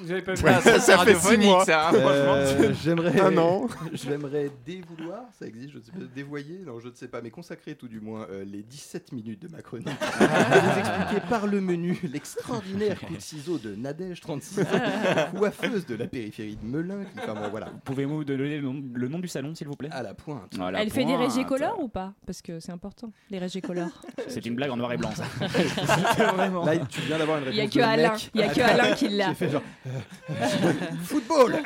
[SPEAKER 19] Vous avez pas vu
[SPEAKER 15] Ah,
[SPEAKER 14] Ouais, ça, ça fait six mois.
[SPEAKER 15] hein,
[SPEAKER 20] Euh, J'aimerais.
[SPEAKER 14] Un an.
[SPEAKER 20] J'aimerais dévouloir, ça existe, je ne sais pas, dévoyer, non, je ne sais pas, mais consacrer tout du moins euh, les 17 minutes de ma chronique. à vous expliquer par le menu l'extraordinaire coup de ciseau de Nadège 36, coiffeuse de la périphérie de Melun. Qui, enfin, bon, voilà.
[SPEAKER 13] Pouvez-vous donner le nom, le nom du salon, s'il vous plaît
[SPEAKER 20] À la pointe.
[SPEAKER 13] À la
[SPEAKER 10] Elle fait des
[SPEAKER 13] pointe.
[SPEAKER 10] régicolores ou pas Parce que c'est important, les régicolores.
[SPEAKER 13] C'est une blague en noir et blanc, ça.
[SPEAKER 20] Là, tu viens d'avoir une réponse.
[SPEAKER 10] Il y a que
[SPEAKER 20] de
[SPEAKER 10] Alain,
[SPEAKER 20] mec.
[SPEAKER 10] il y a que Alain qui l'a.
[SPEAKER 20] J'ai fait genre, euh, Football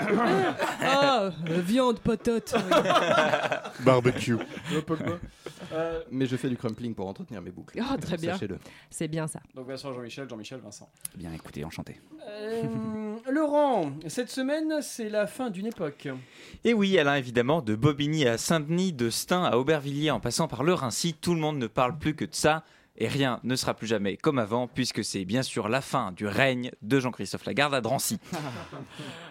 [SPEAKER 10] Ah, euh, viande, patate.
[SPEAKER 14] Barbecue.
[SPEAKER 20] Euh, Mais je fais du crumpling pour entretenir mes boucles.
[SPEAKER 10] Oh, très bien.
[SPEAKER 20] Sachez-le.
[SPEAKER 10] C'est bien ça.
[SPEAKER 19] Donc Vincent, Jean-Michel, Jean-Michel, Vincent.
[SPEAKER 13] Bien, écoutez, enchanté.
[SPEAKER 19] Euh, Laurent, cette semaine, c'est la fin d'une époque.
[SPEAKER 15] Et oui, Alain, évidemment, de Bobigny à Saint-Denis, de Stein à Aubervilliers, en passant par le Rincy, tout le monde ne parle plus que de ça. Et rien ne sera plus jamais comme avant, puisque c'est bien sûr la fin du règne de Jean-Christophe Lagarde à Drancy.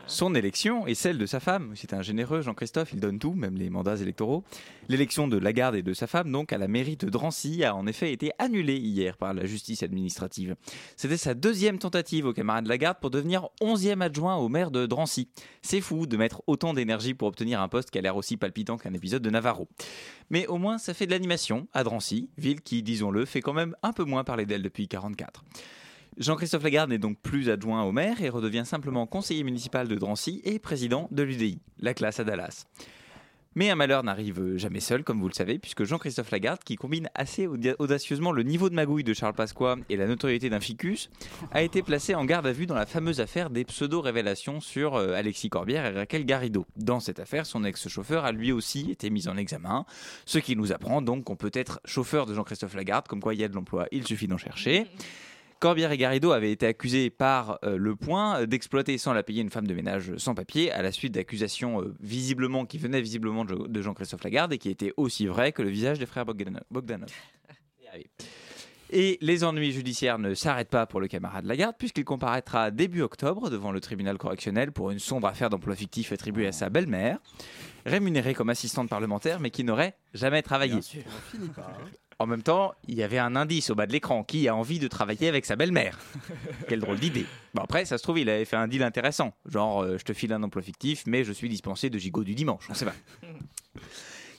[SPEAKER 15] Son élection et celle de sa femme, c'est un généreux Jean-Christophe, il donne tout, même les mandats électoraux. L'élection de Lagarde et de sa femme, donc à la mairie de Drancy, a en effet été annulée hier par la justice administrative. C'était sa deuxième tentative au camarade Lagarde pour devenir 11e adjoint au maire de Drancy. C'est fou de mettre autant d'énergie pour obtenir un poste qui a l'air aussi palpitant qu'un épisode de Navarro. Mais au moins, ça fait de l'animation à Drancy, ville qui, disons-le, fait quand même un peu moins parler d'elle depuis 44. Jean-Christophe Lagarde n'est donc plus adjoint au maire et redevient simplement conseiller municipal de Drancy et président de l'UDI, la classe à Dallas. Mais un malheur n'arrive jamais seul, comme vous le savez, puisque Jean-Christophe Lagarde, qui combine assez auda- audacieusement le niveau de magouille de Charles Pasqua et la notoriété d'un ficus, a été placé en garde à vue dans la fameuse affaire des pseudo-révélations sur euh, Alexis Corbière et Raquel Garrido. Dans cette affaire, son ex-chauffeur a lui aussi été mis en examen, ce qui nous apprend donc qu'on peut être chauffeur de Jean-Christophe Lagarde, comme quoi il y a de l'emploi, il suffit d'en chercher. Corbière et Garrido avaient été accusés par euh, Le Point euh, d'exploiter sans la payer une femme de ménage sans papier à la suite d'accusations euh, visiblement qui venaient visiblement de de Jean-Christophe Lagarde et qui étaient aussi vraies que le visage des frères Bogdan- Bogdanov. Et les ennuis judiciaires ne s'arrêtent pas pour le camarade Lagarde, puisqu'il comparaîtra début octobre devant le tribunal correctionnel pour une sombre affaire d'emploi fictif attribuée à sa belle-mère, rémunérée comme assistante parlementaire, mais qui n'aurait jamais travaillé. En même temps, il y avait un indice au bas de l'écran qui a envie de travailler avec sa belle-mère. Quelle drôle d'idée. Bon, après, ça se trouve, il avait fait un deal intéressant. Genre, euh, je te file un emploi fictif, mais je suis dispensé de gigot du dimanche. On sait pas.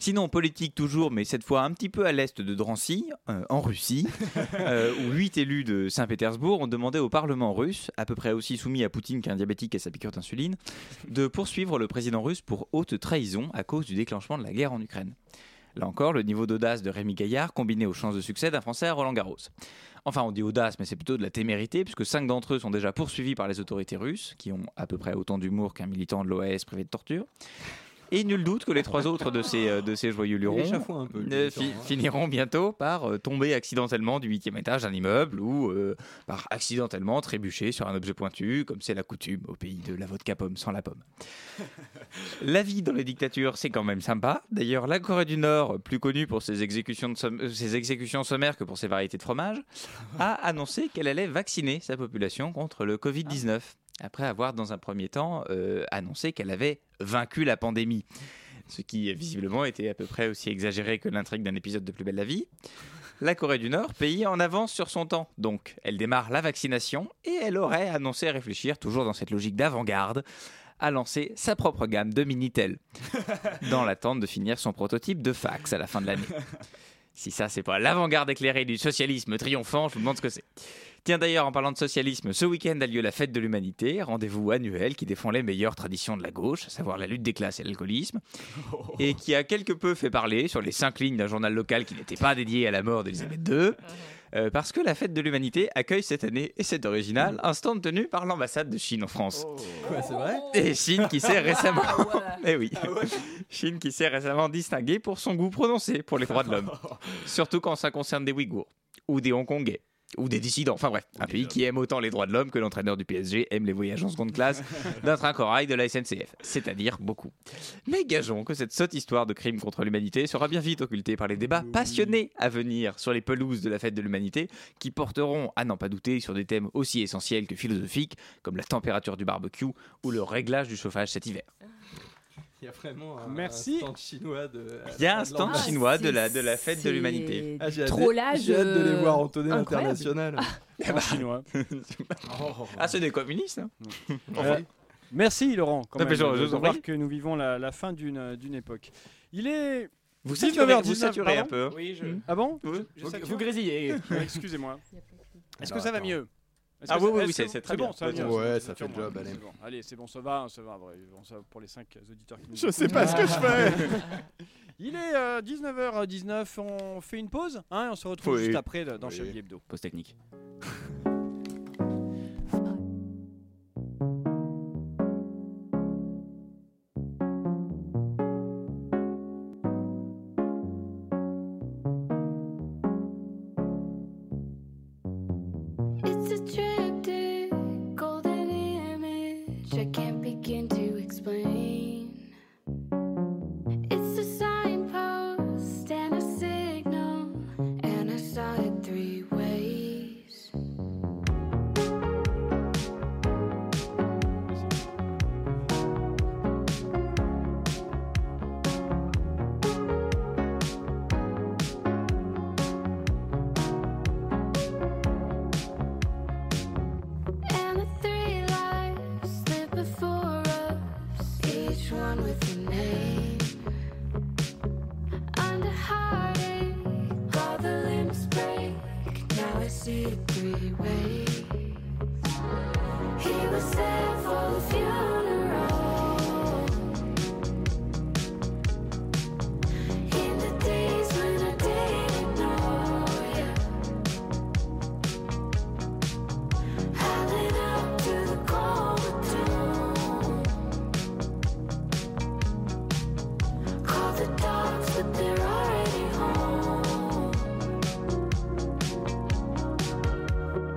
[SPEAKER 15] Sinon, politique toujours, mais cette fois un petit peu à l'est de Drancy, euh, en Russie, euh, où huit élus de Saint-Pétersbourg ont demandé au Parlement russe, à peu près aussi soumis à Poutine qu'un diabétique à sa piqûre d'insuline, de poursuivre le président russe pour haute trahison à cause du déclenchement de la guerre en Ukraine. Là encore, le niveau d'audace de Rémi Gaillard combiné aux chances de succès d'un Français à Roland Garros. Enfin, on dit audace, mais c'est plutôt de la témérité, puisque cinq d'entre eux sont déjà poursuivis par les autorités russes, qui ont à peu près autant d'humour qu'un militant de l'OAS privé de torture. Et nul doute que les trois autres de ces, euh, de ces joyeux lurons
[SPEAKER 20] échafaude un peu, le
[SPEAKER 15] euh,
[SPEAKER 20] militant,
[SPEAKER 15] fi-
[SPEAKER 20] hein.
[SPEAKER 15] finiront bientôt par euh, tomber accidentellement du huitième étage d'un immeuble ou euh, par accidentellement trébucher sur un objet pointu, comme c'est la coutume au pays de la vodka pomme sans la pomme. La vie dans les dictatures, c'est quand même sympa. D'ailleurs, la Corée du Nord, plus connue pour ses exécutions, de somm- euh, ses exécutions sommaires que pour ses variétés de fromage, a annoncé qu'elle allait vacciner sa population contre le Covid-19, après avoir, dans un premier temps, euh, annoncé qu'elle avait vaincu la pandémie. Ce qui, euh, visiblement, était à peu près aussi exagéré que l'intrigue d'un épisode de Plus belle la vie. La Corée du Nord, pays en avance sur son temps. Donc, elle démarre la vaccination et elle aurait annoncé réfléchir, toujours dans cette logique d'avant-garde, à lancer sa propre gamme de Minitel, dans l'attente de finir son prototype de fax à la fin de l'année. Si ça, c'est pas l'avant-garde éclairée du socialisme triomphant, je vous demande ce que c'est. Tiens d'ailleurs, en parlant de socialisme, ce week-end a lieu la fête de l'humanité, rendez-vous annuel qui défend les meilleures traditions de la gauche, à savoir la lutte des classes et l'alcoolisme, et qui a quelque peu fait parler sur les cinq lignes d'un journal local qui n'était pas dédié à la mort d'Elisabeth II. euh, parce que la fête de l'humanité accueille cette année, et c'est original, un stand tenu par l'ambassade de Chine en France.
[SPEAKER 20] Quoi, c'est vrai
[SPEAKER 15] Et Chine qui s'est récemment, Eh oui, Chine qui s'est récemment distinguée pour son goût prononcé pour les droits de l'homme, surtout quand ça concerne des Ouïghours ou des Hongkongais ou des dissidents. Enfin bref, un pays qui aime autant les droits de l'homme que l'entraîneur du PSG aime les voyages en seconde classe d'un train corail de la SNCF, c'est-à-dire beaucoup. Mais gageons que cette sotte histoire de crime contre l'humanité sera bien vite occultée par les débats passionnés à venir sur les pelouses de la fête de l'humanité qui porteront, à n'en pas douter, sur des thèmes aussi essentiels que philosophiques comme la température du barbecue ou le réglage du chauffage cet hiver.
[SPEAKER 8] Il y a vraiment un,
[SPEAKER 21] Merci.
[SPEAKER 8] un stand chinois de.
[SPEAKER 13] Il y a un stand
[SPEAKER 8] Ah,
[SPEAKER 13] chinois de
[SPEAKER 8] c'est-
[SPEAKER 13] la, de la fête de
[SPEAKER 8] c'est
[SPEAKER 13] l'humanité.
[SPEAKER 8] Ah, j'ai hâte de- Trollage, j'ai hâte de les voir en tournée euh, incroyable. internationale.
[SPEAKER 13] Eh ben,
[SPEAKER 9] chinois.
[SPEAKER 13] ah, c'est des communistes. hein
[SPEAKER 9] Euh, Merci Laurent quand
[SPEAKER 13] Non,
[SPEAKER 9] même,
[SPEAKER 13] mais je- je
[SPEAKER 9] de
[SPEAKER 13] vous en
[SPEAKER 9] voir
[SPEAKER 13] prie.
[SPEAKER 9] que nous vivons la, la fin d'une d'une époque. Il est
[SPEAKER 13] Vous
[SPEAKER 9] 19
[SPEAKER 13] saturez-
[SPEAKER 9] heures
[SPEAKER 13] vous
[SPEAKER 9] 19,
[SPEAKER 13] saturez
[SPEAKER 9] pardon
[SPEAKER 13] un peu. hein. Oui, je-
[SPEAKER 9] Ah bon
[SPEAKER 13] Je- je
[SPEAKER 9] Vous-
[SPEAKER 13] sature.
[SPEAKER 9] Vous grésillez. Excusez-moi. Est-ce que
[SPEAKER 13] Alors,
[SPEAKER 9] ça va
[SPEAKER 13] attends.
[SPEAKER 9] mieux Est-ce
[SPEAKER 13] Ah
[SPEAKER 9] que
[SPEAKER 13] oui,
[SPEAKER 9] ça-
[SPEAKER 13] oui,
[SPEAKER 9] est-ce
[SPEAKER 13] oui,
[SPEAKER 9] que
[SPEAKER 13] c'est-
[SPEAKER 9] vous-
[SPEAKER 13] c'est très
[SPEAKER 9] bon,
[SPEAKER 13] bien.
[SPEAKER 9] ça va
[SPEAKER 13] Ouais,
[SPEAKER 9] bien,
[SPEAKER 13] ouais,
[SPEAKER 9] c'est-
[SPEAKER 13] ça fait
[SPEAKER 9] c'est
[SPEAKER 13] le job,
[SPEAKER 9] bon,
[SPEAKER 13] allez.
[SPEAKER 9] c'est bon. Allez, c'est bon, ça va, ça va. ouais, bon, ça va pour les 5 auditeurs qui nous
[SPEAKER 14] Je sais pas ce que je fais.
[SPEAKER 9] Il est euh, 19h19, on fait une pause hein, et on se retrouve
[SPEAKER 13] Oui.
[SPEAKER 9] juste après euh, dans
[SPEAKER 13] Oui.
[SPEAKER 9] Chablis Hebdo.
[SPEAKER 22] Pause technique.
[SPEAKER 15] It's a triptych, golden image. I can't begin to explain. It's a signpost and a signal, and I saw it three ways. And the three lives live before us, each one with a name. Under heartache, all the limbs break. Now I see it three ways. He was there for the funeral. In the days when I didn't know you.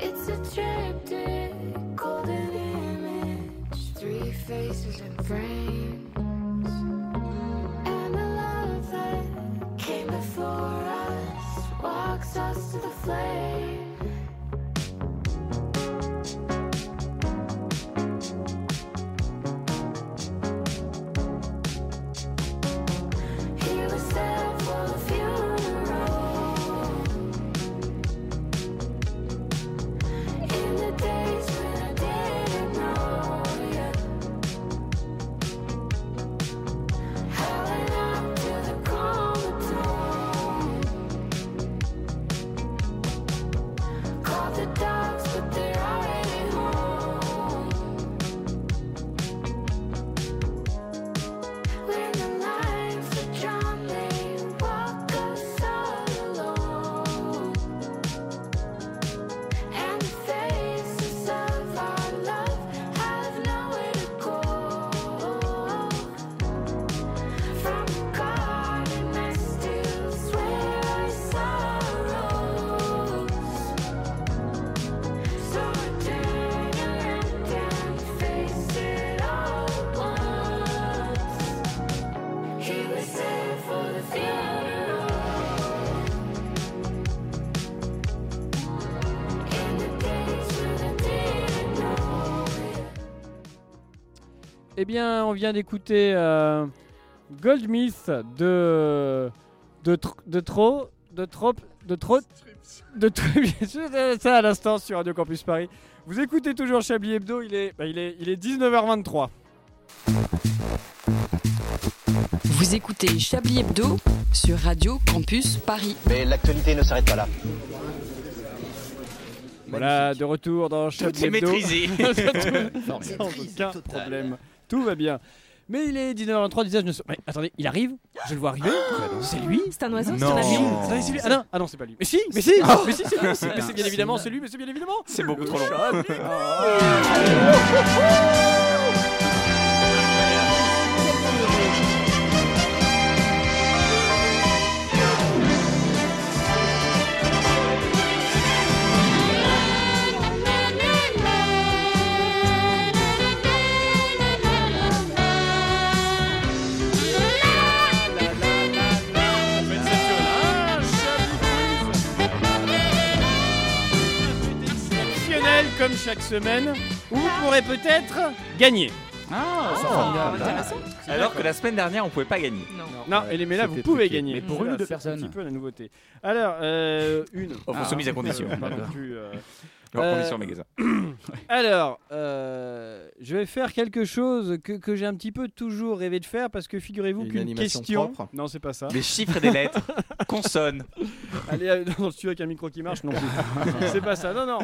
[SPEAKER 15] It's a triptych, golden image, three faces and frames, and the love that came before us walks us to the flame. He was there for the funeral. In the days when I didn't know you, howling out to the comatose. Called the dogs, but they're already home. When the lines are drawn, they walk us all alone. And the faces of our love have nowhere to go. From the garden, I still swear I saw rose. So I turn around and face it all at once. He was there for the funeral. In the days when I didn't know.
[SPEAKER 9] Eh bien, on vient d'écouter euh, Goldmith de de tr- de trop de trop de trop de trop- bien sûr, c'est ça à l'instant sur Radio Campus Paris. Vous écoutez toujours Chablis Hebdo, il est bah, il est il est 19h23.
[SPEAKER 10] Vous écoutez Chablis Hebdo sur Radio Campus Paris.
[SPEAKER 23] Mais l'actualité ne s'arrête pas là.
[SPEAKER 9] Voilà, de retour dans Chablis
[SPEAKER 23] est
[SPEAKER 9] Hebdo.
[SPEAKER 23] maîtrisé.
[SPEAKER 9] Sans
[SPEAKER 23] Maîtrise
[SPEAKER 9] aucun
[SPEAKER 23] totale.
[SPEAKER 9] problème. Tout va bien. Mais il est 19h23, 19 je ne sais- Mais attendez, il arrive Je le vois arriver
[SPEAKER 23] Ah,
[SPEAKER 9] C'est lui
[SPEAKER 24] C'est un oiseau, c'est
[SPEAKER 23] Oh.
[SPEAKER 9] Non.
[SPEAKER 24] un avion.
[SPEAKER 9] Attendez, c'est lui. Ah non, ah non, c'est pas lui. Mais si, mais si, mais si, c'est lui. c'est- Mais c'est
[SPEAKER 23] Ah,
[SPEAKER 9] bien évidemment, c'est lui, mais c'est bien évidemment.
[SPEAKER 13] C'est beaucoup trop long.
[SPEAKER 9] Exceptionnel comme chaque semaine, où vous pourrez peut-être gagner.
[SPEAKER 15] Ah,
[SPEAKER 10] c'est
[SPEAKER 13] Oh,
[SPEAKER 15] formidable.
[SPEAKER 10] intéressant.
[SPEAKER 15] Alors que la semaine dernière, on pouvait pas gagner.
[SPEAKER 9] Non,
[SPEAKER 20] euh,
[SPEAKER 9] et les là, vous pouvez gagner.
[SPEAKER 15] Mais pour
[SPEAKER 9] C'est
[SPEAKER 15] une ou
[SPEAKER 9] là,
[SPEAKER 15] deux
[SPEAKER 9] c'est
[SPEAKER 15] personnes.
[SPEAKER 9] un petit peu la nouveauté. Alors, euh, une.
[SPEAKER 15] Offre Oh, soumise à condition.
[SPEAKER 9] euh, pas non
[SPEAKER 15] D'accord.
[SPEAKER 9] plus, euh,
[SPEAKER 15] Leur
[SPEAKER 9] euh,
[SPEAKER 15] condition magasin.
[SPEAKER 9] Alors, euh, je vais faire quelque chose que, que j'ai un petit peu toujours rêvé de faire parce que figurez-vous
[SPEAKER 15] Une
[SPEAKER 9] qu'une
[SPEAKER 15] animation
[SPEAKER 9] question.
[SPEAKER 15] propre.
[SPEAKER 9] Non, c'est pas ça.
[SPEAKER 15] Des chiffres et des lettres, consonnes.
[SPEAKER 9] Allez euh, dans le studio avec un micro qui marche, non plus. c'est pas ça. Non, non.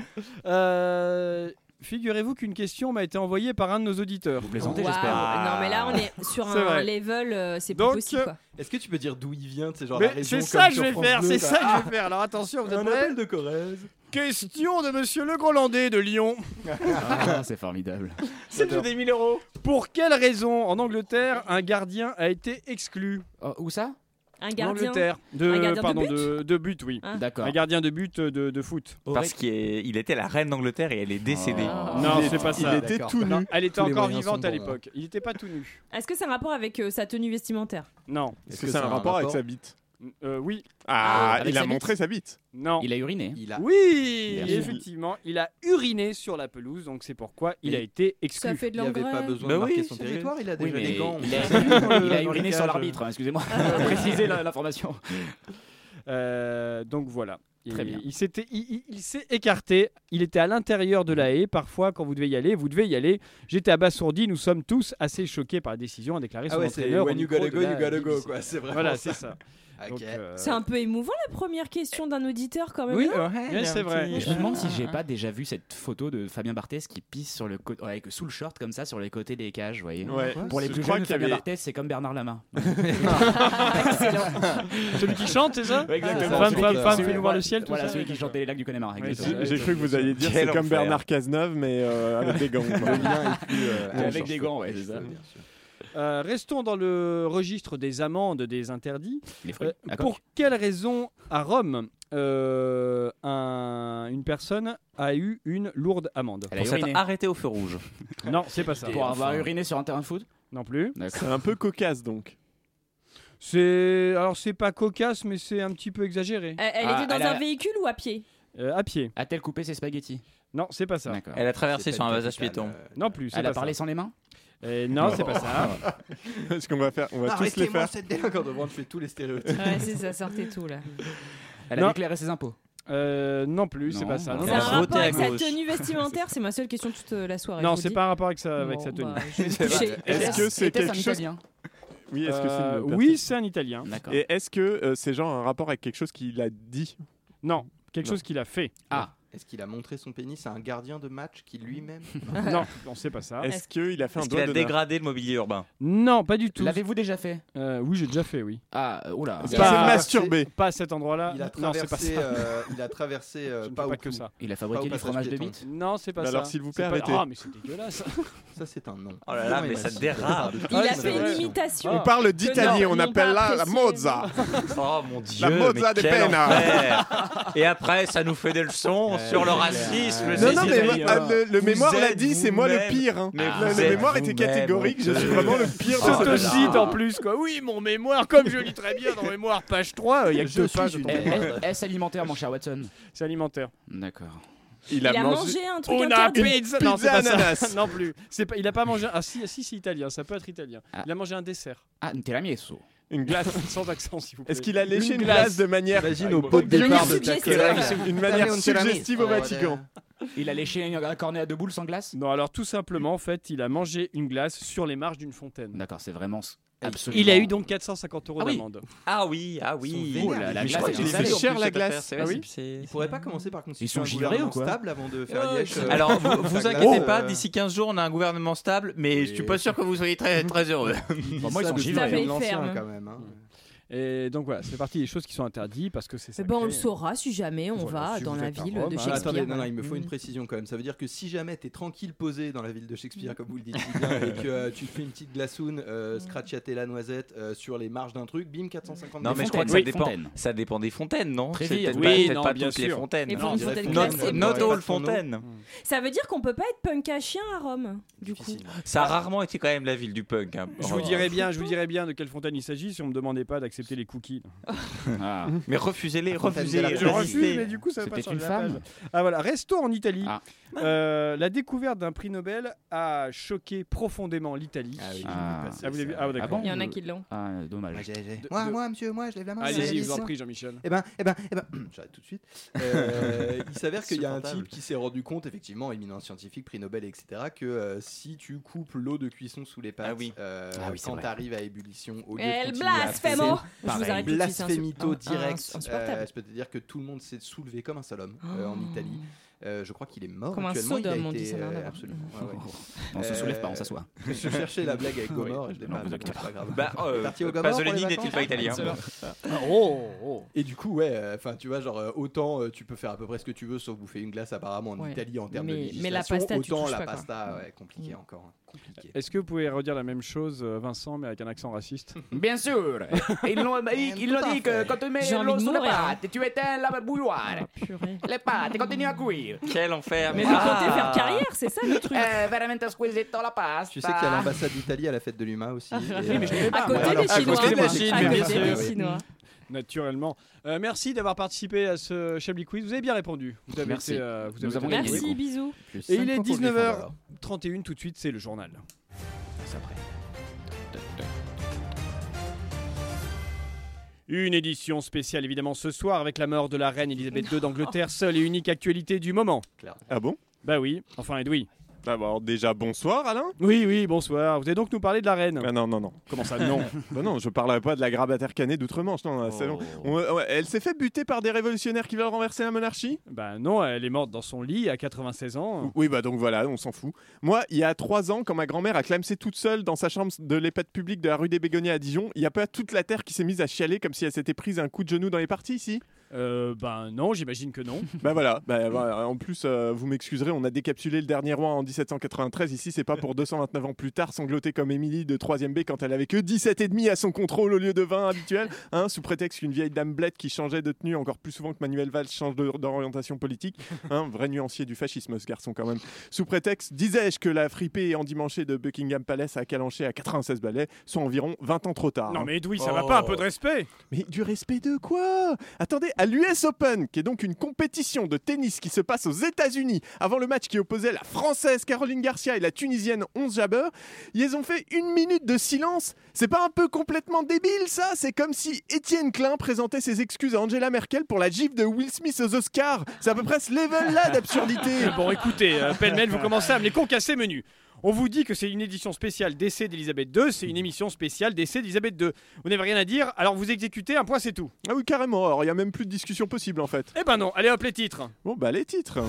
[SPEAKER 9] Euh, Figurez-vous qu'une question m'a été envoyée par un de nos auditeurs. Vous
[SPEAKER 10] plaisantez, Waouh, j'espère. non, mais là, on est sur un level, euh, c'est plus
[SPEAKER 9] Donc,
[SPEAKER 10] possible, quoi.
[SPEAKER 20] Est-ce que tu peux dire d'où il vient C'est genre
[SPEAKER 9] Mais
[SPEAKER 20] la région
[SPEAKER 9] c'est
[SPEAKER 20] comme
[SPEAKER 9] ça que je
[SPEAKER 20] sur
[SPEAKER 9] vais
[SPEAKER 20] France
[SPEAKER 9] faire,
[SPEAKER 20] Bleu,
[SPEAKER 9] c'est
[SPEAKER 20] quoi.
[SPEAKER 9] ça que je
[SPEAKER 20] Ah
[SPEAKER 9] vais faire. Alors attention, vous êtes
[SPEAKER 20] Un
[SPEAKER 9] prêts
[SPEAKER 20] appel de Corrèze.
[SPEAKER 9] Question de monsieur Le Grolandais de Lyon.
[SPEAKER 13] Ah, c'est formidable.
[SPEAKER 9] C'est des 1000 euros. Pour quelle raison en Angleterre un gardien a été exclu
[SPEAKER 13] Où ça
[SPEAKER 10] Un
[SPEAKER 9] En
[SPEAKER 10] gardien.
[SPEAKER 9] Angleterre. De,
[SPEAKER 10] Un gardien de
[SPEAKER 9] pardon,
[SPEAKER 10] but
[SPEAKER 9] de, de but, oui.
[SPEAKER 10] Ah.
[SPEAKER 13] D'accord.
[SPEAKER 9] Un gardien de but euh, de, de foot.
[SPEAKER 15] Parce qu'il est- il était la reine d'Angleterre et elle Ah, est décédée.
[SPEAKER 13] Ah.
[SPEAKER 9] Non, c'est pas ça. Non, elle était
[SPEAKER 15] Tous les
[SPEAKER 9] encore
[SPEAKER 15] moyens sont
[SPEAKER 9] vivante à
[SPEAKER 15] bons, là.
[SPEAKER 9] l'époque. Il n'était pas tout nu.
[SPEAKER 10] Est-ce que c'est un rapport avec euh, sa tenue vestimentaire
[SPEAKER 9] Non.
[SPEAKER 14] Est-ce que c'est un rapport avec sa bite
[SPEAKER 9] Euh, Oui.
[SPEAKER 14] Ah,
[SPEAKER 9] Avec
[SPEAKER 14] il a
[SPEAKER 9] sa bite
[SPEAKER 14] montré sa bite.
[SPEAKER 9] Non.
[SPEAKER 13] Il a uriné.
[SPEAKER 9] Oui,
[SPEAKER 13] Bien sûr.
[SPEAKER 9] effectivement, il a uriné sur la pelouse, donc c'est pourquoi il a
[SPEAKER 13] Mais
[SPEAKER 9] été exclu.
[SPEAKER 13] ça fait de Il avait l'engrais. pas besoin de
[SPEAKER 9] Bah
[SPEAKER 13] marquer
[SPEAKER 9] oui,
[SPEAKER 13] son
[SPEAKER 9] c'est-
[SPEAKER 13] territoire, il a
[SPEAKER 9] Oui,
[SPEAKER 13] déjà des
[SPEAKER 9] mais
[SPEAKER 13] gants.
[SPEAKER 9] il a-
[SPEAKER 13] Il a uriné sur l'arbitre, hein, excusez-moi. Précisez la- l'information.
[SPEAKER 9] Euh, donc voilà. Et
[SPEAKER 13] Très bien.
[SPEAKER 9] Il s'était, il, il- il s'est écarté. Il était à l'intérieur de
[SPEAKER 13] Mhm.
[SPEAKER 9] la haie. Parfois, quand vous devez y aller, vous devez y aller. J'étais abasourdi. Nous sommes tous assez choqués par la décision, a déclaré
[SPEAKER 20] Ah
[SPEAKER 9] son
[SPEAKER 20] ouais, c'est
[SPEAKER 9] entraîneur. au
[SPEAKER 20] when you
[SPEAKER 9] micro
[SPEAKER 20] gotta
[SPEAKER 9] de
[SPEAKER 20] go,
[SPEAKER 9] la
[SPEAKER 20] you gotta go,
[SPEAKER 9] BBC.
[SPEAKER 20] quoi. C'est vraiment
[SPEAKER 9] Voilà,
[SPEAKER 20] ça.
[SPEAKER 9] c'est ça.
[SPEAKER 20] Ok.
[SPEAKER 9] Donc, euh,
[SPEAKER 10] C'est un peu émouvant la première question d'un auditeur quand même. hein. non
[SPEAKER 13] Mais Je me demande si j'ai pas déjà vu cette photo de Fabien Barthez qui pisse sur le côté, avec sous le short comme ça, sur les côtés des cages, vous voyez.
[SPEAKER 14] Ouais.
[SPEAKER 13] Pour les
[SPEAKER 14] Je
[SPEAKER 13] plus
[SPEAKER 14] crois
[SPEAKER 13] jeunes,
[SPEAKER 14] qu'il y
[SPEAKER 13] Fabien
[SPEAKER 14] avait-
[SPEAKER 13] Barthez, c'est comme Bernard Lama.
[SPEAKER 9] Celui qui chante, c'est ça Euh,
[SPEAKER 13] Ouais, exactement.
[SPEAKER 9] Femme,
[SPEAKER 13] Celui
[SPEAKER 9] femme,
[SPEAKER 13] qui-
[SPEAKER 9] femme,
[SPEAKER 13] celui-
[SPEAKER 9] fais-nous voir le ciel, tout
[SPEAKER 13] Voilà,
[SPEAKER 9] ça.
[SPEAKER 13] celui qui chantait les lacs du Connemara. exactement.
[SPEAKER 14] J'ai j'ai cru que vous alliez dire c'est
[SPEAKER 13] Quel
[SPEAKER 14] comme
[SPEAKER 13] enfer.
[SPEAKER 14] Bernard Cazeneuve, mais euh, avec des gants. quoi.
[SPEAKER 13] Le lien est plus, euh,
[SPEAKER 14] Ouais,
[SPEAKER 13] avec
[SPEAKER 14] genre,
[SPEAKER 13] des gants, ouais, c'est ça.
[SPEAKER 9] Euh, restons dans le registre des amendes, des interdits. Euh,
[SPEAKER 13] Les fruits, la coque.
[SPEAKER 9] pour quelle raison, à Rome, euh, un- une personne a eu une lourde amende
[SPEAKER 15] Pour s'être arrêté au feu rouge.
[SPEAKER 9] Non, c'est pas ça.
[SPEAKER 13] Pour avoir uriné sur un terrain de foot
[SPEAKER 9] Non plus.
[SPEAKER 13] D'accord.
[SPEAKER 14] C'est un peu cocasse donc.
[SPEAKER 9] C'est alors c'est pas cocasse, mais c'est un petit peu exagéré.
[SPEAKER 10] Elle, elle
[SPEAKER 9] Ah,
[SPEAKER 10] était dans
[SPEAKER 9] elle
[SPEAKER 10] un
[SPEAKER 9] a-
[SPEAKER 10] véhicule ou à pied
[SPEAKER 9] Euh, à pied.
[SPEAKER 13] A-t-elle coupé ses spaghettis
[SPEAKER 9] Non, c'est pas ça.
[SPEAKER 15] Elle a traversé sur un vasage piéton.
[SPEAKER 9] Non plus. c'est
[SPEAKER 13] Elle a
[SPEAKER 9] pas
[SPEAKER 13] parlé
[SPEAKER 9] ça.
[SPEAKER 13] sans les mains
[SPEAKER 9] Euh, non, c'est pas ça.
[SPEAKER 14] Est-ce qu'on va faire On va tous les
[SPEAKER 20] Arrêtez-moi
[SPEAKER 14] faire.
[SPEAKER 20] cette délinquante. On va tuer tous les stéréotypes.
[SPEAKER 10] Ouais, c'est ça, sortait tout là.
[SPEAKER 13] Elle
[SPEAKER 9] Non.
[SPEAKER 13] a déclaré ses impôts.
[SPEAKER 9] Euh, non plus, c'est
[SPEAKER 13] Non.
[SPEAKER 9] pas ça. Non,
[SPEAKER 10] C'est
[SPEAKER 9] non,
[SPEAKER 10] un
[SPEAKER 9] c'est-
[SPEAKER 10] rapport avec sa tenue vestimentaire, c'est ma seule question toute euh, la soirée.
[SPEAKER 9] Non,
[SPEAKER 10] je vous
[SPEAKER 9] c'est
[SPEAKER 10] le
[SPEAKER 9] pas un rapport avec sa, avec
[SPEAKER 10] Bon,
[SPEAKER 9] sa tenue.
[SPEAKER 10] bah, je vais me coucher.
[SPEAKER 14] Est-ce que c'est
[SPEAKER 10] Était-ce un
[SPEAKER 14] quelque chose
[SPEAKER 10] Italien
[SPEAKER 14] Oui, est-ce que c'est
[SPEAKER 9] Euh,
[SPEAKER 14] une personne
[SPEAKER 9] oui, c'est un Italien.
[SPEAKER 14] Et est-ce que euh, c'est genre un rapport avec quelque chose qu'il a dit
[SPEAKER 9] Non, quelque
[SPEAKER 14] Non.
[SPEAKER 9] chose qu'il a fait.
[SPEAKER 13] Ah.
[SPEAKER 20] Est-ce qu'il a montré son pénis à un gardien de match qui lui-même
[SPEAKER 9] non, non, c'est pas ça.
[SPEAKER 14] Est-ce qu'il a fait un
[SPEAKER 15] Est-ce qu'il
[SPEAKER 14] doigt
[SPEAKER 15] a
[SPEAKER 14] de
[SPEAKER 15] dégradé le mobilier urbain
[SPEAKER 9] Non, pas du tout.
[SPEAKER 13] L'avez-vous déjà fait
[SPEAKER 9] Euh, oui, j'ai déjà fait, oui.
[SPEAKER 13] Ah, oula.
[SPEAKER 9] Pas-
[SPEAKER 14] Il s'est masturbé.
[SPEAKER 9] Pas à cet endroit-là.
[SPEAKER 20] Il a
[SPEAKER 9] Non, c'est pas
[SPEAKER 20] traversé.
[SPEAKER 9] ça.
[SPEAKER 20] euh, il a traversé. euh,
[SPEAKER 9] ne
[SPEAKER 20] pas
[SPEAKER 9] fais
[SPEAKER 20] au
[SPEAKER 9] pas que
[SPEAKER 20] clou.
[SPEAKER 9] ça.
[SPEAKER 13] Il a
[SPEAKER 20] Pas
[SPEAKER 13] fabriqué
[SPEAKER 20] au
[SPEAKER 13] du
[SPEAKER 20] passage
[SPEAKER 13] fromage de
[SPEAKER 20] piéton.
[SPEAKER 13] bite
[SPEAKER 9] Non, c'est pas
[SPEAKER 14] Alors,
[SPEAKER 9] ça.
[SPEAKER 14] s'il vous
[SPEAKER 9] C'est
[SPEAKER 14] plaît,
[SPEAKER 9] pas-
[SPEAKER 14] arrêtez.
[SPEAKER 9] Ah, mais c'est dégueulasse.
[SPEAKER 20] Ça, c'est un nom.
[SPEAKER 15] Oh là là, mais ça dérape.
[SPEAKER 10] Il
[SPEAKER 20] Ah,
[SPEAKER 10] a fait une imitation.
[SPEAKER 14] On parle
[SPEAKER 10] que
[SPEAKER 14] d'Italie,
[SPEAKER 10] non,
[SPEAKER 14] on
[SPEAKER 10] ils n'ont
[SPEAKER 14] appelle
[SPEAKER 10] pas
[SPEAKER 14] là la
[SPEAKER 10] apprécié.
[SPEAKER 14] mozza.
[SPEAKER 15] Oh mon dieu,
[SPEAKER 14] La mozza
[SPEAKER 15] mais
[SPEAKER 14] des
[SPEAKER 15] quel
[SPEAKER 14] peines.
[SPEAKER 15] enfer. Et après, ça nous fait des leçons sur le racisme.
[SPEAKER 14] Non,
[SPEAKER 15] ces
[SPEAKER 14] non, mais
[SPEAKER 15] Italiens.
[SPEAKER 14] euh, le, le
[SPEAKER 15] Vous
[SPEAKER 14] mémoire l'a
[SPEAKER 15] êtes
[SPEAKER 14] dit, c'est moi le
[SPEAKER 15] vous-même.
[SPEAKER 14] pire. hein.
[SPEAKER 15] Mais
[SPEAKER 14] Le-
[SPEAKER 15] vous
[SPEAKER 14] le,
[SPEAKER 15] êtes
[SPEAKER 14] mémoire était
[SPEAKER 15] vous-même,
[SPEAKER 14] catégorique, je
[SPEAKER 15] honteux.
[SPEAKER 14] suis vraiment le pire.
[SPEAKER 9] Oh,
[SPEAKER 14] de cette
[SPEAKER 9] S'autocide en plus, quoi. Oui, mon mémoire, comme je lis très bien dans mémoire, page 3, il y a que
[SPEAKER 13] Je
[SPEAKER 9] deux
[SPEAKER 13] suis
[SPEAKER 9] pages.
[SPEAKER 13] une-
[SPEAKER 9] autour de moi.
[SPEAKER 13] Eh, eh, Est-ce alimentaire, mon cher Watson
[SPEAKER 9] C'est alimentaire.
[SPEAKER 13] D'accord.
[SPEAKER 10] Il a mangé un truc
[SPEAKER 9] On a
[SPEAKER 10] interdit.
[SPEAKER 9] pizza. Non, c'est pas ça.
[SPEAKER 14] ananas.
[SPEAKER 9] non plus. C'est pas, il a pas mangé. Ah si, ah, si, c'est italien. Ça peut être italien. Il a mangé un dessert.
[SPEAKER 13] Ah, un tiramisu.
[SPEAKER 14] Une glace.
[SPEAKER 9] Sans accent, s'il vous plaît.
[SPEAKER 14] Est-ce qu'il a léché une glace de manière. Ah,
[SPEAKER 20] Imagine au pot de départ de ta
[SPEAKER 10] suggestive.
[SPEAKER 20] collègue.
[SPEAKER 14] Une
[SPEAKER 8] Ah,
[SPEAKER 14] manière
[SPEAKER 20] Allez, on tira mis.
[SPEAKER 14] suggestive au
[SPEAKER 20] Ouais, ouais.
[SPEAKER 14] Vatican.
[SPEAKER 13] Il a léché une- un cornet à deux boules sans glace
[SPEAKER 9] Non, alors tout simplement, en fait, il a mangé une glace sur les marges d'une fontaine.
[SPEAKER 13] D'accord, c'est vraiment s- absolument.
[SPEAKER 9] Il a eu donc 450 euros
[SPEAKER 15] Ah oui.
[SPEAKER 9] d'amende.
[SPEAKER 15] Ah oui, ah oui.
[SPEAKER 13] Oh là là,
[SPEAKER 15] Mais
[SPEAKER 13] glace,
[SPEAKER 15] crois
[SPEAKER 13] c'est
[SPEAKER 15] qu'il est
[SPEAKER 13] salé,
[SPEAKER 15] fait
[SPEAKER 13] en
[SPEAKER 15] cher
[SPEAKER 13] plus,
[SPEAKER 15] la
[SPEAKER 13] cette affaire,
[SPEAKER 15] glace.
[SPEAKER 13] c'est
[SPEAKER 15] Ah
[SPEAKER 13] vrai,
[SPEAKER 15] oui.
[SPEAKER 20] Il pourrait pas commencer par constituer
[SPEAKER 13] Ils sont
[SPEAKER 20] un
[SPEAKER 13] givrés
[SPEAKER 20] gouvernement
[SPEAKER 13] ou quoi
[SPEAKER 20] stable avant de faire
[SPEAKER 15] Oh,
[SPEAKER 20] Liège. euh,
[SPEAKER 15] Alors, vous,
[SPEAKER 20] ta
[SPEAKER 15] vous
[SPEAKER 20] glace,
[SPEAKER 15] inquiétez
[SPEAKER 20] euh,
[SPEAKER 15] pas, d'ici 15 jours, on a un gouvernement stable, mais je suis pas sûr que vous soyez très, très heureux.
[SPEAKER 13] Bah, moi, ils
[SPEAKER 20] ça,
[SPEAKER 13] sont
[SPEAKER 20] de
[SPEAKER 13] givrés.
[SPEAKER 10] fait
[SPEAKER 20] Fabien Lancien,
[SPEAKER 10] ferme.
[SPEAKER 20] quand même. hein.
[SPEAKER 9] Et donc voilà, c'est partie des choses qui sont interdites parce que c'est ça.
[SPEAKER 10] Eh ben, on le saura si jamais on
[SPEAKER 9] Voilà,
[SPEAKER 10] va
[SPEAKER 9] si
[SPEAKER 10] dans
[SPEAKER 9] vous
[SPEAKER 10] la
[SPEAKER 9] êtes à
[SPEAKER 10] ville
[SPEAKER 9] Rome,
[SPEAKER 10] de
[SPEAKER 8] bah,
[SPEAKER 9] hein.
[SPEAKER 20] Ah, attendez,
[SPEAKER 10] Shakespeare. Mm.
[SPEAKER 20] non, non, il me faut une précision quand même. Ça veut dire que si jamais t'es tranquille posé dans la ville de Shakespeare, comme vous le dites si bien, et que euh, tu te fais une petite glaçoune, euh, scratchater la noisette euh, sur les marges d'un truc, bim, 450
[SPEAKER 15] Non, mais je crois que ça
[SPEAKER 13] fontaines, oui,
[SPEAKER 15] dépend.
[SPEAKER 13] fontaines.
[SPEAKER 15] Ça dépend des fontaines, non
[SPEAKER 13] Très
[SPEAKER 15] C'est
[SPEAKER 13] vite.
[SPEAKER 15] peut-être
[SPEAKER 9] Oui,
[SPEAKER 15] pas- peut-être
[SPEAKER 9] non,
[SPEAKER 15] pas
[SPEAKER 9] bien
[SPEAKER 15] toutes les
[SPEAKER 9] sûr.
[SPEAKER 15] fontaines.
[SPEAKER 10] Et pour une fontaine
[SPEAKER 15] Not,
[SPEAKER 10] glacée,
[SPEAKER 15] not
[SPEAKER 10] bon.
[SPEAKER 15] all fontaine.
[SPEAKER 10] Ça veut dire qu'on peut pas être punk à chien à Rome, du coup.
[SPEAKER 15] Ça a rarement été quand même la ville du punk. hein.
[SPEAKER 9] Je vous dirais bien, je vous dirais bien de quelle fontaine il s'agit si on me demandait pas accepter les cookies.
[SPEAKER 15] Ah. Mais refusez-les, refusez.
[SPEAKER 9] Je refuse, mais du coup, ça va pas
[SPEAKER 15] C'était
[SPEAKER 9] changer
[SPEAKER 15] une
[SPEAKER 9] la
[SPEAKER 15] femme.
[SPEAKER 9] page. Ah voilà, resto en Italie.
[SPEAKER 13] Ah.
[SPEAKER 9] Euh, la découverte d'un prix Nobel a choqué profondément l'Italie. Ah, vous avez vu Ah, d'accord.
[SPEAKER 10] Il y en a qui l'ont.
[SPEAKER 13] Ah, dommage.
[SPEAKER 8] Moi,
[SPEAKER 9] de-
[SPEAKER 8] moi, monsieur, moi, je lève la main.
[SPEAKER 9] Allez-y,
[SPEAKER 8] Allez-y,
[SPEAKER 9] je vous en
[SPEAKER 8] moi.
[SPEAKER 9] prie, Jean-Michel.
[SPEAKER 8] Eh ben, eh ben, eh ben, j'arrête tout de suite. Euh, il s'avère qu'il y a un
[SPEAKER 20] Supportable.
[SPEAKER 8] type qui s'est rendu compte, effectivement, éminent scientifique, prix Nobel, etc., que euh, si tu coupes l'eau de cuisson sous les pâtes, euh,
[SPEAKER 20] Ah oui, c'est
[SPEAKER 8] quand
[SPEAKER 20] vrai.
[SPEAKER 8] t'arrives à ébullition, au lieu de
[SPEAKER 10] Elle
[SPEAKER 8] continuer à
[SPEAKER 10] blasphème,
[SPEAKER 8] presser,
[SPEAKER 10] oh Je vous
[SPEAKER 8] pareil,
[SPEAKER 10] arrête tout de suite, c'est
[SPEAKER 8] blasphémito
[SPEAKER 10] insu- un-
[SPEAKER 8] direct.
[SPEAKER 10] un- insupportable.
[SPEAKER 8] Euh, je peux te dire que tout le monde s'est soulevé comme un seul homme euh, en
[SPEAKER 10] Oh.
[SPEAKER 8] Italie. Euh, je crois qu'il est mort
[SPEAKER 10] Comme un
[SPEAKER 8] actuellement. il a
[SPEAKER 10] Sodome, on
[SPEAKER 8] été,
[SPEAKER 10] dit, ça n'a rien à
[SPEAKER 8] euh,
[SPEAKER 10] voir.
[SPEAKER 8] absolument. Euh,
[SPEAKER 13] On se soulève pas, on s'assoit.
[SPEAKER 8] Je cherchais la blague avec
[SPEAKER 13] Oui.
[SPEAKER 8] Gomorre et je l'ai
[SPEAKER 13] Non,
[SPEAKER 8] pas.
[SPEAKER 13] vous
[SPEAKER 8] bon,
[SPEAKER 13] inquiétez
[SPEAKER 8] c'est
[SPEAKER 13] pas.
[SPEAKER 8] grave.
[SPEAKER 13] Bah, euh,
[SPEAKER 8] Parti au Gomorre pour les
[SPEAKER 13] Pasolini
[SPEAKER 8] vacances
[SPEAKER 13] n'était pas italien.
[SPEAKER 8] Oh, Et du coup, ouais, enfin, tu vois, genre, euh, autant euh, tu peux faire à peu près ce que tu veux, sauf bouffer une glace, apparemment, en
[SPEAKER 10] Ouais.
[SPEAKER 8] Italie, en termes de
[SPEAKER 10] Mais- mais la
[SPEAKER 8] législation,
[SPEAKER 10] pasta, tu
[SPEAKER 8] autant
[SPEAKER 10] touches
[SPEAKER 8] la
[SPEAKER 10] pas, quoi.
[SPEAKER 8] pasta,
[SPEAKER 10] Mm.
[SPEAKER 8] ouais, compliqué
[SPEAKER 10] Mm.
[SPEAKER 8] encore. hein, Compliqué.
[SPEAKER 9] Est-ce que vous pouvez redire la même chose, euh, Vincent, mais avec un accent raciste
[SPEAKER 13] Bien sûr Ils l'ont ils- ils l'ont dit que quand tu mets
[SPEAKER 9] J'ai envie
[SPEAKER 13] l'eau
[SPEAKER 9] de
[SPEAKER 13] sous les
[SPEAKER 9] mourir, hein.
[SPEAKER 13] pâtes, tu éteins la
[SPEAKER 10] Ah,
[SPEAKER 13] bouilloire. Les pâtes continuent à cuire.
[SPEAKER 15] Quel enfer.
[SPEAKER 13] Mais
[SPEAKER 15] vous
[SPEAKER 13] vous comptez faire carrière,
[SPEAKER 10] c'est ça le truc
[SPEAKER 13] Eh, veramente squisito la pasta.
[SPEAKER 8] Tu sais qu'il y a l'ambassade d'Italie à la fête de l'UMA aussi.
[SPEAKER 13] Ah,
[SPEAKER 8] et,
[SPEAKER 13] bah- oui, mais je
[SPEAKER 8] euh,
[SPEAKER 13] l'ai pas.
[SPEAKER 8] voilà.
[SPEAKER 13] À côté des
[SPEAKER 8] À côté
[SPEAKER 13] Chinois,
[SPEAKER 8] de la
[SPEAKER 13] moi.
[SPEAKER 8] Chine,
[SPEAKER 13] À
[SPEAKER 8] bien
[SPEAKER 13] côté
[SPEAKER 8] sûr,
[SPEAKER 13] des
[SPEAKER 8] oui.
[SPEAKER 13] Chinois.
[SPEAKER 9] Naturellement. Euh, merci d'avoir participé à ce Chablis Quiz. Vous avez bien répondu. Vous avez
[SPEAKER 13] Merci.
[SPEAKER 9] été, euh, vous avez
[SPEAKER 13] Nous avons
[SPEAKER 9] été
[SPEAKER 13] gagné.
[SPEAKER 9] bon.
[SPEAKER 13] Merci, bisous.
[SPEAKER 9] Et il est
[SPEAKER 13] Cinq fois qu'on le défend,
[SPEAKER 9] 19h31. Tout de suite, c'est le journal. C'est après. Une édition spéciale évidemment ce soir avec la mort de la reine Elisabeth II d'Angleterre, seule et unique actualité du moment.
[SPEAKER 14] Ah bon
[SPEAKER 9] Bah oui, enfin Edoui.
[SPEAKER 14] D'abord, déjà bonsoir Alain
[SPEAKER 9] Oui, oui, bonsoir. Vous allez donc nous parler de la reine
[SPEAKER 14] Ah non, non, non.
[SPEAKER 9] Comment ça, non
[SPEAKER 14] Bah non, je parlerai pas de la grabataire canée d'outre-Manche. Non, non, c'est bon. On- euh, ouais, elle s'est fait buter par des révolutionnaires qui veulent renverser la monarchie
[SPEAKER 9] Bah non, elle est morte dans son lit à 96 ans.
[SPEAKER 14] Oui, bah donc voilà, on s'en fout. Moi, il y a trois ans, quand ma grand-mère a clamsé toute seule dans sa chambre de l'EHPAD public de la rue des Bégonias à Dijon, il n'y a pas toute la terre qui s'est mise à chialer comme si elle s'était prise un coup de genou dans les parties ici
[SPEAKER 9] Euh, ben non, j'imagine que non.
[SPEAKER 14] Bah voilà, bah, voilà. en plus, euh, vous m'excuserez, on a décapsulé le dernier roi en 1793. Ici, c'est pas pour 229 ans plus tard, sangloter comme Émilie de 3ème B quand elle avait que 17 et demi à son contrôle au lieu de 20 habituel, hein, sous prétexte qu'une vieille dame blette qui changeait de tenue encore plus souvent que Manuel Valls change de- d'orientation politique. Hein, vrai nuancier du fascisme, ce garçon, quand même. Sous prétexte, disais-je que la fripée et endimanchée de Buckingham Palace à Calanché à 96 balais soit environ 20 ans trop tard.
[SPEAKER 9] Non
[SPEAKER 14] hein.
[SPEAKER 9] mais Edoui, ça va pas, un peu de respect
[SPEAKER 14] Mais du respect de quoi Attendez, à l'US Open, qui est donc une compétition de tennis qui se passe aux États-Unis, avant le match qui opposait la Française Caroline Garcia et la Tunisienne Onze Jabeur, ils ont fait une minute de silence. C'est pas un peu complètement débile ça C'est comme si Étienne Klein présentait ses excuses à Angela Merkel pour la gifle de Will Smith aux Oscars. C'est à peu près ce level-là d'absurdité.
[SPEAKER 9] Bon, écoutez, euh, pêle-mêle, vous commencez à me les concasser menu. On vous dit que c'est une édition spéciale d'essai d'Elisabeth II, c'est une émission spéciale d'essai d'Elisabeth II. Vous n'avez rien à dire, alors vous exécutez, un point c'est tout.
[SPEAKER 14] Ah oui, carrément. Alors, il y a même plus de discussion possible en fait.
[SPEAKER 9] Eh ben non, allez hop les titres
[SPEAKER 14] Bon, bah les titres.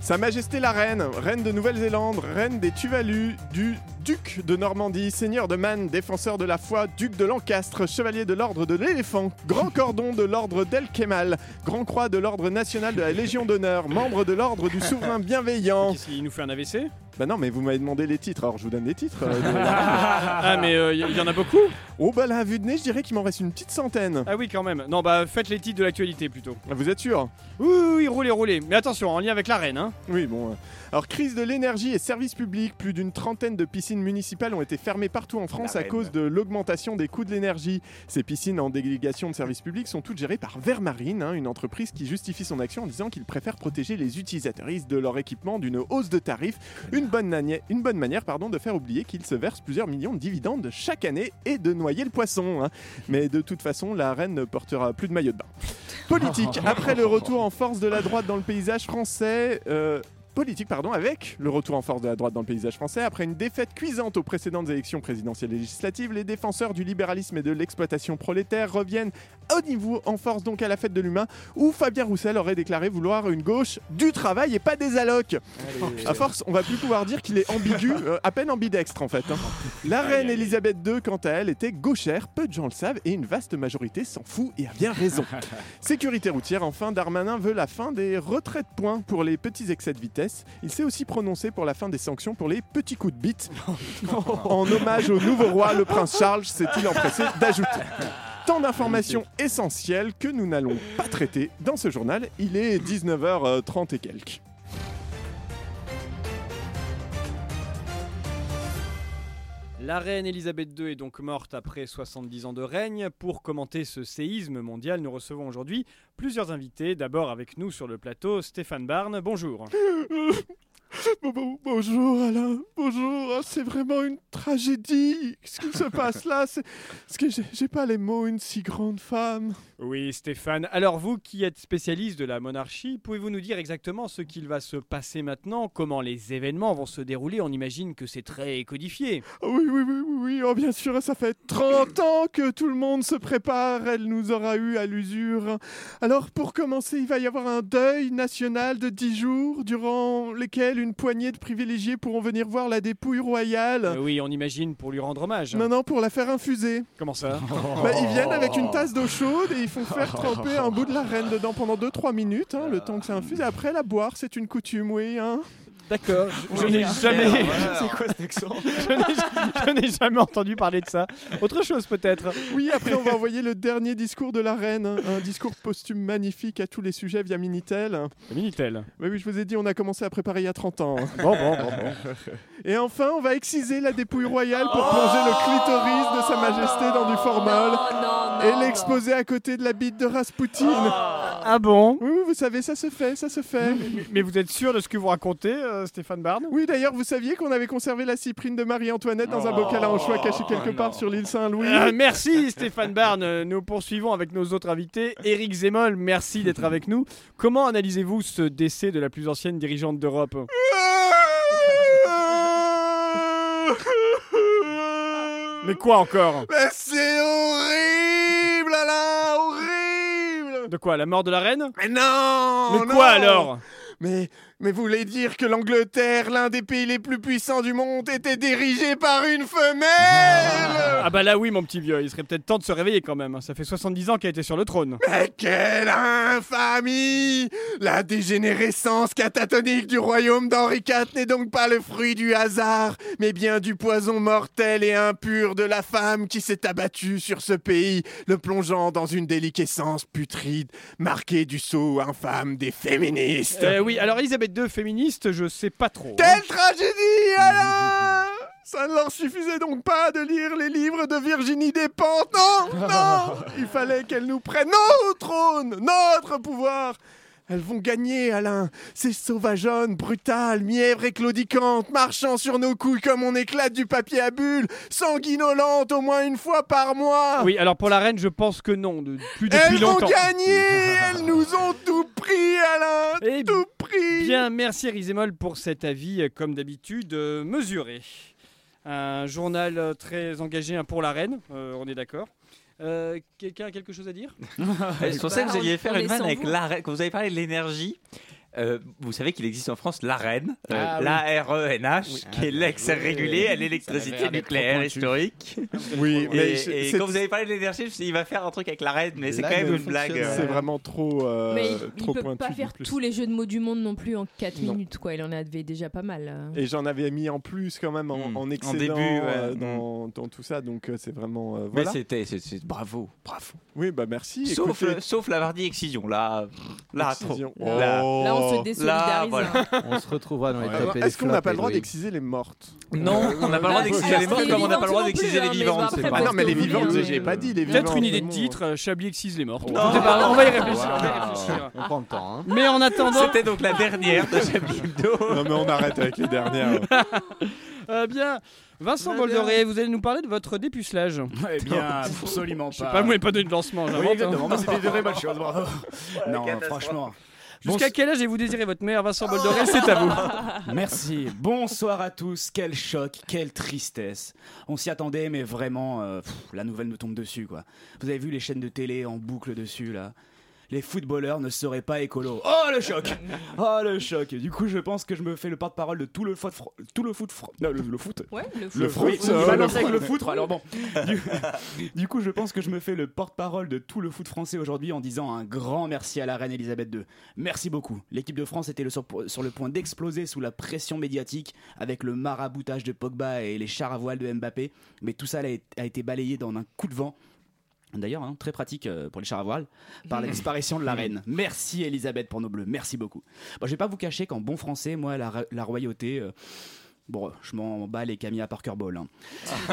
[SPEAKER 14] Sa Majesté la Reine, Reine de Nouvelle-Zélande, Reine des Tuvalus, du Duc de Normandie, Seigneur de Man, Défenseur de la foi, Duc de Lancastre, Chevalier de l'Ordre de l'Éléphant, Grand Cordon de l'Ordre d'El Kemal, Grand Croix de l'Ordre National de la Légion d'Honneur, Membre de l'Ordre du Souverain Bienveillant.
[SPEAKER 9] Qu'est-ce qu'il nous fait un AVC
[SPEAKER 14] Bah non, mais vous m'avez demandé les titres, alors je vous donne les titres. euh, de-
[SPEAKER 9] Ah, mais euh, il y, il y en a beaucoup
[SPEAKER 14] Oh bah là, à vue de nez, je dirais qu'il m'en reste une petite centaine.
[SPEAKER 9] Ah oui, quand même. Non, bah faites les titres de l'actualité plutôt.
[SPEAKER 14] Vous êtes sûr
[SPEAKER 9] Oui, oui, oui, roulez, roulez. Mais attention, en lien avec la reine, hein.
[SPEAKER 14] Oui, bon. euh. Alors, crise de l'énergie et services publics. Plus d'une trentaine de piscines municipales ont été fermées partout en France
[SPEAKER 25] La
[SPEAKER 14] à
[SPEAKER 25] reine.
[SPEAKER 14] cause de l'augmentation des coûts de l'énergie. Ces piscines en délégation de services publics sont toutes gérées par Vermarine, hein, une entreprise qui justifie son action en disant qu'il préfère protéger les utilisateurs de leur équipement d'une hausse de tarifs. Une bonne, nani- une bonne manière pardon, de faire oublier qu'ils se versent plusieurs millions de dividendes chaque année et de noyer le poisson. hein. Mais de toute façon, la reine ne portera plus de maillot de bain. Politique. Après le retour en force de la droite dans le paysage français. euh, Politique, pardon, avec le retour en force de la droite dans le paysage français, après une défaite cuisante aux précédentes élections présidentielles et législatives, les défenseurs du libéralisme et de l'exploitation prolétaire reviennent au niveau en force donc à la fête de l'humain, où Fabien Roussel aurait déclaré vouloir une gauche du travail et pas des allocs.
[SPEAKER 25] Allez.
[SPEAKER 14] À force, on va plus pouvoir dire qu'il est ambigu, euh, à peine ambidextre en fait. hein. La reine Elisabeth II, quant à elle, était gauchère, peu de gens le savent, et une vaste majorité s'en fout et a bien raison. Sécurité routière, enfin, Darmanin veut la fin des retraits de points pour les petits excès de vitesse. Il s'est aussi prononcé pour la fin des sanctions pour les petits coups de bite. en hommage au nouveau roi, le prince Charles, s'est-il empressé d'ajouter. Tant d'informations essentielles que nous n'allons pas traiter dans ce journal. Il est 19h30 et quelques.
[SPEAKER 9] La reine Elisabeth II est donc morte après 70 ans de règne. Pour commenter ce séisme mondial, nous recevons aujourd'hui plusieurs invités. D'abord avec nous sur le plateau, Stéphane Barne. Bonjour.
[SPEAKER 14] Bon- bon- Bonjour Alain, bonjour, Ah, c'est vraiment une tragédie ce qui se passe là, c'est parce que j'ai j'ai pas les mots, une si grande femme.
[SPEAKER 9] Oui, Stéphane. Alors, vous qui êtes spécialiste de la monarchie, pouvez-vous nous dire exactement ce qu'il va se passer maintenant Comment les événements vont se dérouler On imagine que c'est très codifié.
[SPEAKER 14] Ah oui, oui, oui, oui, oui, oh bien sûr, ça fait 30 ans que tout le monde se prépare, elle nous aura eu à l'usure. Alors pour commencer, il va y avoir un deuil national de 10 jours durant lesquels une poignée de privilégiés pourront venir voir la dépouille royale.
[SPEAKER 9] Euh, oui, on imagine pour lui rendre hommage.
[SPEAKER 14] Non, non, pour la faire infuser.
[SPEAKER 9] Comment ça
[SPEAKER 14] Bah, ils viennent avec une tasse d'eau chaude et ils font faire tremper un bout de la reine dedans pendant 2-3 minutes, hein, le temps que ça infuse. Et après, la boire, c'est une coutume, oui. Hein.
[SPEAKER 9] D'accord, je
[SPEAKER 14] Oui,
[SPEAKER 9] n'ai
[SPEAKER 14] hein.
[SPEAKER 9] jamais.
[SPEAKER 14] C'est quoi
[SPEAKER 9] cet accent Je n'ai jamais entendu parler de ça. Autre chose peut-être.
[SPEAKER 14] Oui, après, on va envoyer le dernier discours de la reine, hein, un discours posthume magnifique à tous les sujets via Minitel. Bah
[SPEAKER 9] Minitel
[SPEAKER 14] Oui, oui, je vous ai dit, on a commencé à préparer il y a 30 ans. hein.
[SPEAKER 9] Bon, bon, bon, bon.
[SPEAKER 14] Et enfin, on va exciser la dépouille royale pour plonger le clitoris de Sa Majesté dans du formol et l'exposer à côté de la bite de Raspoutine.
[SPEAKER 9] Ah bon
[SPEAKER 14] Oui, oui, vous savez, ça se fait, ça se fait.
[SPEAKER 9] Mais, vous êtes sûr de ce que vous racontez, euh, Stéphane Barne
[SPEAKER 14] Oui, d'ailleurs, vous saviez qu'on avait conservé la cyprine de Marie-Antoinette dans un bocal à anchois caché quelque part sur l'île Saint-Louis.
[SPEAKER 9] Euh, merci Stéphane Barne. Euh, Nous poursuivons avec nos autres invités. Éric Zemmoll, merci d'être avec nous. Comment analysez-vous ce décès de la plus ancienne dirigeante d'Europe Mais quoi encore
[SPEAKER 14] Mais c'est horrible, Alain, Ah, horrible
[SPEAKER 9] De quoi, la mort de la reine
[SPEAKER 14] Mais non
[SPEAKER 9] Mais
[SPEAKER 14] Oh non.
[SPEAKER 9] quoi alors
[SPEAKER 14] Mais, mais vous voulez dire que l'Angleterre, l'un des pays les plus puissants du monde, était dirigé par une femelle
[SPEAKER 9] Ah bah là oui mon petit vieux, il serait peut-être temps de se réveiller quand même. hein. Ça fait 70 ans qu'elle était sur le trône.
[SPEAKER 14] Mais quelle infamie La dégénérescence catatonique du royaume d'Henri IV n'est donc pas le fruit du hasard, mais bien du poison mortel et impur de la femme qui s'est abattue sur ce pays, le plongeant dans une déliquescence putride, marquée du sceau infâme des féministes.
[SPEAKER 9] Euh, oui, alors Elisabeth II, féministe, je sais pas trop.
[SPEAKER 14] Quelle tragédie, Alain Ça ne leur suffisait donc pas de lire les livres de Virginie Despentes, non Non Il fallait qu'elles nous prennent notre trône, notre pouvoir elles vont gagner, Alain. Ces sauvageonnes, brutales, mièvres et claudicantes, marchant sur nos couilles comme on éclate du papier à bulles, sanguinolentes au moins une fois par mois.
[SPEAKER 9] Oui, alors pour la reine, je pense que non, de, plus depuis
[SPEAKER 14] Elles vont
[SPEAKER 9] longtemps.
[SPEAKER 14] gagner Elles nous ont tout pris, Alain Tout pris
[SPEAKER 9] Eh Bien, merci Rizemol pour cet avis, euh, comme d'habitude, euh, mesuré. Un journal euh, très engagé hein, pour la reine, euh, on est d'accord. Euh, Quelqu'un a quelque chose à dire
[SPEAKER 15] Je pensais que vous alliez faire
[SPEAKER 9] On est
[SPEAKER 15] une vanne
[SPEAKER 9] sans
[SPEAKER 15] avec
[SPEAKER 9] vous.
[SPEAKER 15] l'arène. Quand vous avez parlé de l'énergie, euh, vous savez qu'il existe en France euh, l'AREN,
[SPEAKER 9] Ah oui.
[SPEAKER 15] l'ARENH, E qui est l'ex régulée à
[SPEAKER 13] Ça
[SPEAKER 15] l'électricité
[SPEAKER 13] avait l'air d'être trop
[SPEAKER 15] nucléaire
[SPEAKER 13] pointu.
[SPEAKER 15] historique.
[SPEAKER 14] Oui,
[SPEAKER 15] et,
[SPEAKER 14] mais c'est-
[SPEAKER 15] et
[SPEAKER 14] c'est-
[SPEAKER 15] quand vous avez parlé de l'énergie, je me suis dit, il va faire un truc avec l'AREN, mais c'est
[SPEAKER 14] Là,
[SPEAKER 15] quand même
[SPEAKER 14] ne
[SPEAKER 15] une blague.
[SPEAKER 14] fonctionne pas. C'est vraiment trop, euh,
[SPEAKER 10] Mais il, il
[SPEAKER 14] trop
[SPEAKER 10] peut
[SPEAKER 14] pointu.
[SPEAKER 10] pas
[SPEAKER 14] du
[SPEAKER 10] faire
[SPEAKER 14] plus.
[SPEAKER 10] tous les jeux de mots du monde non plus en 4
[SPEAKER 14] Non.
[SPEAKER 10] minutes, quoi. Il en avait déjà pas mal. euh.
[SPEAKER 14] Et j'en avais mis en plus quand même en, en excédent
[SPEAKER 15] Hmm. début, ouais. Hmm.
[SPEAKER 14] euh, dans, dans tout ça, donc euh, c'est vraiment euh,
[SPEAKER 15] Mais
[SPEAKER 14] voilà.
[SPEAKER 15] c'était, c'est- c'est- bravo, bravo.
[SPEAKER 14] Oui, bah merci.
[SPEAKER 15] Sauf,
[SPEAKER 14] écoutez.
[SPEAKER 15] le- sauf la Vardy Excision, là, là, trop.
[SPEAKER 14] Excision.
[SPEAKER 15] Là,
[SPEAKER 14] Oh. Là, on se désolidarise,
[SPEAKER 10] hein.
[SPEAKER 15] Là, voilà.
[SPEAKER 8] On se retrouvera dans les
[SPEAKER 14] Alors,
[SPEAKER 8] tapés.
[SPEAKER 14] Est-ce qu'on n'a pas le droit d'exciser les mortes
[SPEAKER 15] Non,
[SPEAKER 14] Euh,
[SPEAKER 15] on n'a pas le droit d'exciser les morts comme on n'a pas le droit d'exciser les vivants.
[SPEAKER 14] Ah non, mais les vivantes, j'ai pas dit les vivantes.
[SPEAKER 9] Peut-être une idée de titre, euh, Chablis excise les morts. Écoutez, bah, on va y réfléchir. on va y réfléchir.
[SPEAKER 8] On prend le temps. hein.
[SPEAKER 9] Mais en attendant,
[SPEAKER 15] C'était donc la dernière de Chablis Hebdo.
[SPEAKER 14] Non, mais on arrête avec les dernières.
[SPEAKER 9] Euh, bien, Vincent
[SPEAKER 13] Très
[SPEAKER 9] Boldoré,
[SPEAKER 13] bien.
[SPEAKER 9] vous allez nous parler de votre dépucelage. Bah.
[SPEAKER 13] Eh bien, absolument
[SPEAKER 9] Je sais
[SPEAKER 13] pas.
[SPEAKER 9] pas, vous m'avez pas donné de lancement,
[SPEAKER 13] Oui,
[SPEAKER 9] j'invente, hein.
[SPEAKER 13] exactement, mais c'était de vraies bonnes choses, bravo. non, franchement.
[SPEAKER 9] Jusqu'à quel âge avez-vous désiré votre mère, Vincent Boldoré C'est à vous.
[SPEAKER 13] Merci. Bonsoir à tous. Quel choc, quelle tristesse. On s'y attendait, mais vraiment, euh, pff, la nouvelle nous tombe dessus, quoi. Vous avez vu les chaînes de télé en boucle dessus, là les footballeurs ne seraient pas écolos. Oh le choc Oh le choc Du coup, je pense que je me fais le porte-parole de tout le foot, fr- tout le foot, fr- non, le, le foot.
[SPEAKER 10] Ouais, le
[SPEAKER 13] Le
[SPEAKER 10] foot.
[SPEAKER 13] fruit,
[SPEAKER 10] euh,
[SPEAKER 13] il balance
[SPEAKER 10] le
[SPEAKER 13] avec le
[SPEAKER 10] fruit.
[SPEAKER 13] foot. Alors bon, du, du coup, je pense que je me fais le porte-parole de tout le foot français aujourd'hui en disant un grand merci à la reine Elisabeth II. Merci beaucoup. L'équipe de France était le sur, sur le point d'exploser sous la pression médiatique avec le maraboutage de Pogba et les chars à voile de Mbappé, mais tout ça a été- a été balayé dans un coup de vent. D'ailleurs, hein, très pratique euh, pour les chars à voile, par la disparition de la reine. Merci Elisabeth pour nos bleus, merci beaucoup. Bon, je vais pas vous cacher qu'en bon français, moi, la, ra- la royauté, euh, Bon, je m'en bats les Camilla Parker Ball. hein.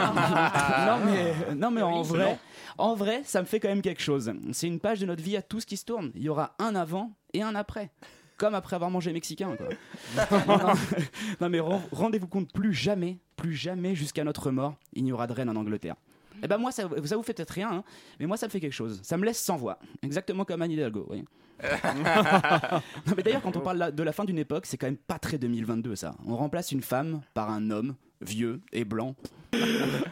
[SPEAKER 13] non mais, non, mais en, vrai, en vrai, ça me fait quand même quelque chose. C'est une page de notre vie à tout ce qui se tourne. Il y aura un avant et un après. Comme après avoir mangé mexicain. Quoi. non, non. Non, mais ren- rendez-vous compte, plus jamais, plus jamais jusqu'à notre mort, il n'y aura de reine en Angleterre. Eh ben moi, ça, ça vous fait peut-être rien, hein, mais moi, ça me fait quelque chose. Ça me laisse sans voix. Exactement comme Anne Hidalgo, vous voyez. Non, mais d'ailleurs, quand on parle la- de la fin d'une époque, c'est quand même pas très 2022, ça. On remplace une femme par un homme, vieux et blanc.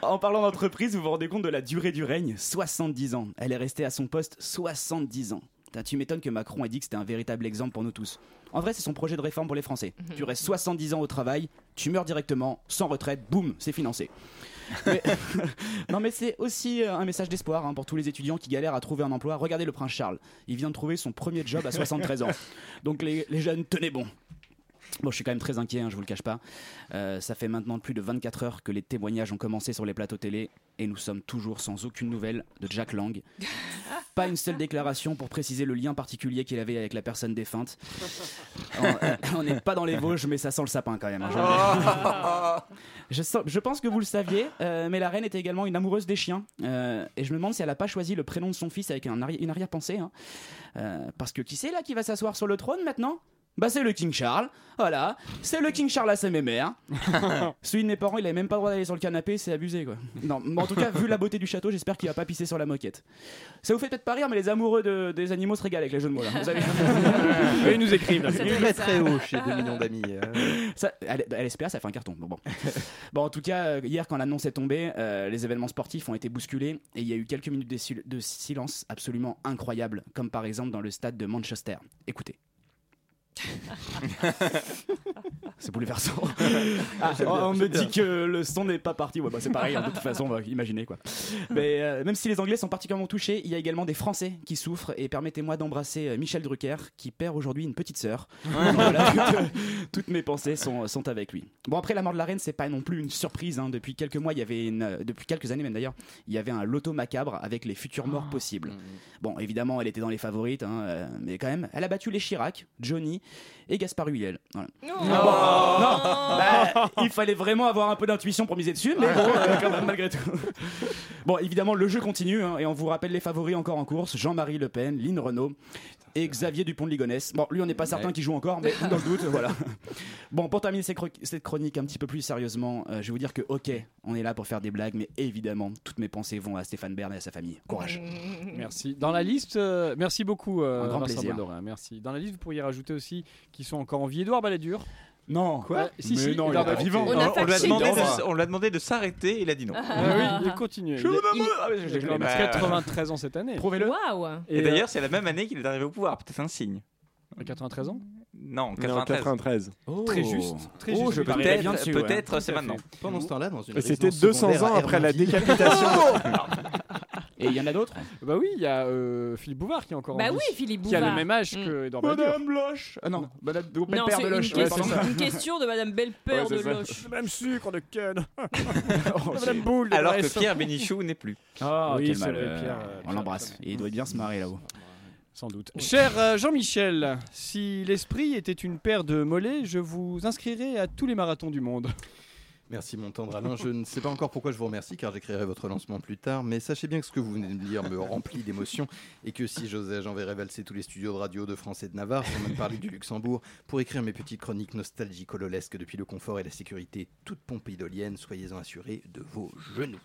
[SPEAKER 13] en parlant d'entreprise, vous vous rendez compte de la durée du règne 70 ans. Elle est restée à son poste 70 ans. Putain, Tu m'étonnes que Macron ait dit que c'était un véritable exemple pour nous tous. En vrai, c'est son projet de réforme pour les Français. Tu restes 70 ans au travail, tu meurs directement, sans retraite, boum, c'est financé. Mais- non mais c'est aussi euh, un message d'espoir hein, pour tous les étudiants qui galèrent à trouver un emploi. Regardez le prince Charles, il vient de trouver son premier job à 73 ans. Donc les, les jeunes, tenez bon. Bon, je suis quand même très inquiet, hein, je vous le cache pas. Euh, ça fait maintenant plus de 24 heures que les témoignages ont commencé sur les plateaux télé et nous sommes toujours sans aucune nouvelle de Jack Lang. Pas une seule déclaration pour préciser le lien particulier qu'il avait avec la personne défunte. On- euh, On n'est pas dans les Vosges, mais ça sent le sapin quand même. hein, j'en ai- je, sens- je pense que vous le saviez, euh, mais la reine était également une amoureuse des chiens. euh, et je me demande si elle n'a pas choisi le prénom de son fils avec un arri- une arrière-pensée. hein. Euh, parce que qui c'est là qui va s'asseoir sur le trône maintenant bah c'est le King Charles, voilà, c'est le King Charles à ses mémères. Celui de mes parents, il avait même pas le droit d'aller sur le canapé, c'est abusé quoi. Non, mais en tout cas, vu la beauté du château, j'espère qu'il va pas pisser sur la moquette. Ça vous fait peut-être pas rire, mais les amoureux de- des animaux se régalent avec les jeux de mots là. Vous avez-
[SPEAKER 8] Eux, ils nous écrivent, là. Ça doit être Très, ça. très haut chez 2 millions d'amis, euh.
[SPEAKER 13] Ça, à l- à l'SPA, ça fait un carton. Bon, bon. Bon, en tout cas, euh, hier, quand l'annonce est tombée, euh, les événements sportifs ont été bousculés et il y a eu quelques minutes de, sil- de silence absolument incroyables, comme par exemple dans le stade de Manchester. Écoutez. c'est bouleversant. Ah,
[SPEAKER 19] J'aime bien,
[SPEAKER 13] on me
[SPEAKER 19] j'aime bien.
[SPEAKER 13] dit que le son n'est pas parti. Ouais, bah, c'est pareil, hein, de toute façon, on va imaginer quoi. Mais euh, même si les Anglais sont particulièrement touchés, il y a également des Français qui souffrent. Et permettez-moi d'embrasser euh, Michel Drucker, qui perd aujourd'hui une petite sœur. Voilà, euh, toutes, toutes mes pensées sont, sont avec lui. Bon, après la mort de la reine, c'est pas non plus une surprise. hein. Depuis quelques mois, il y avait une, euh, depuis quelques années même d'ailleurs, il y avait un loto macabre avec les futurs morts possibles. Bon, évidemment, elle était dans les favorites, hein, euh, mais quand même, elle a battu les Chirac, Johnny et Gaspard Huliel. Voilà. Ah bon, non, bah, il fallait vraiment avoir un peu d'intuition pour miser dessus, mais bon, euh, quand même, malgré tout. Bon, évidemment, le jeu continue, hein, et on vous rappelle les favoris encore en course Jean-Marie Le Pen, Lynn Renault et Xavier Dupont de Ligonnès. Bon, lui, on n'est pas certain qu'il joue encore, mais dans le doute, voilà. Bon, pour terminer ces cro- cette chronique un petit peu plus sérieusement, euh, je vais vous dire que, ok, on est là pour faire des blagues, mais évidemment, toutes mes pensées vont à Stéphane Bern et à sa famille. Courage.
[SPEAKER 9] Merci. Dans la liste, euh, merci beaucoup. euh,
[SPEAKER 13] Un grand
[SPEAKER 9] Vincent
[SPEAKER 13] plaisir.
[SPEAKER 9] Bolloré, merci. Dans la liste, vous pourriez rajouter aussi qui sont encore en vie. Édouard Balladur.
[SPEAKER 13] Non.
[SPEAKER 9] Quoi Si,
[SPEAKER 15] Mais
[SPEAKER 9] si.
[SPEAKER 15] non, il
[SPEAKER 9] Édouard
[SPEAKER 15] est pas
[SPEAKER 9] Balladur.
[SPEAKER 15] vivant. On a On lui a demandé de- on lui a demandé de s'arrêter, il a dit non.
[SPEAKER 9] Ah oui, il continue.
[SPEAKER 15] Je
[SPEAKER 9] Il-
[SPEAKER 15] vous demande-
[SPEAKER 9] il-
[SPEAKER 15] Ah oui, je
[SPEAKER 9] il
[SPEAKER 15] l'ai
[SPEAKER 9] a
[SPEAKER 15] cru.
[SPEAKER 9] quand même
[SPEAKER 15] Bah,
[SPEAKER 9] 93 ans cette année. euh,
[SPEAKER 13] Prouvez-le.
[SPEAKER 10] Waouh.
[SPEAKER 15] Et euh, d'ailleurs, c'est la même année qu'il est arrivé au pouvoir, peut-être un signe.
[SPEAKER 9] 93 ans
[SPEAKER 15] Non,
[SPEAKER 14] Non,
[SPEAKER 15] 93.
[SPEAKER 14] 93.
[SPEAKER 9] Très juste, très juste.
[SPEAKER 15] Oh. je
[SPEAKER 9] Paris
[SPEAKER 15] peut-être,
[SPEAKER 9] vient dessus, ouais.
[SPEAKER 15] peut-être, euh,
[SPEAKER 9] Tout
[SPEAKER 15] c'est
[SPEAKER 9] à
[SPEAKER 15] maintenant.
[SPEAKER 9] fait.
[SPEAKER 8] Pendant ce temps-là, dans une
[SPEAKER 14] Et c'était 200 ans après la décapitation.
[SPEAKER 13] Et il y en a d'autres
[SPEAKER 9] Bah oui, il y a euh, Philippe Bouvard qui est encore
[SPEAKER 10] Bah
[SPEAKER 9] en vie.
[SPEAKER 10] oui, Philippe
[SPEAKER 9] Qui a le
[SPEAKER 10] Bouvard. Mm.
[SPEAKER 9] même âge que Édouard Balladur.
[SPEAKER 13] Loche Ah non, Madame
[SPEAKER 10] Non, c'est une, question- une question de Madame Belle-Père
[SPEAKER 9] Ouais,
[SPEAKER 10] de
[SPEAKER 9] c'est ça.
[SPEAKER 10] Loche.
[SPEAKER 9] Madame Sucre de Ken.
[SPEAKER 13] Madame
[SPEAKER 9] Boule.
[SPEAKER 15] Alors que Pierre Oh, Bénichou n'est plus.
[SPEAKER 9] Ah,
[SPEAKER 13] oui,
[SPEAKER 9] quel
[SPEAKER 13] c'est
[SPEAKER 9] malheur.
[SPEAKER 13] vrai, Pierre, euh, on l'embrasse. Il doit bien se marrer là-haut.
[SPEAKER 9] Sans doute. Cher euh, Jean-Michel, si l'esprit était une paire de mollets, je vous inscrirais à tous les marathons du monde.
[SPEAKER 8] Merci mon tendre Alain. Je ne sais pas encore pourquoi je vous remercie car j'écrirai votre lancement plus tard, mais sachez bien que ce que vous venez de me dire me remplit d'émotion et que si j'osais, j'enverrais valser tous les studios de radio de France et de Navarre, sans même parler du Luxembourg, pour écrire mes petites chroniques nostalgico-lolesques depuis le confort et la sécurité toute pompidolienne, soyez-en assurés, de vos genoux.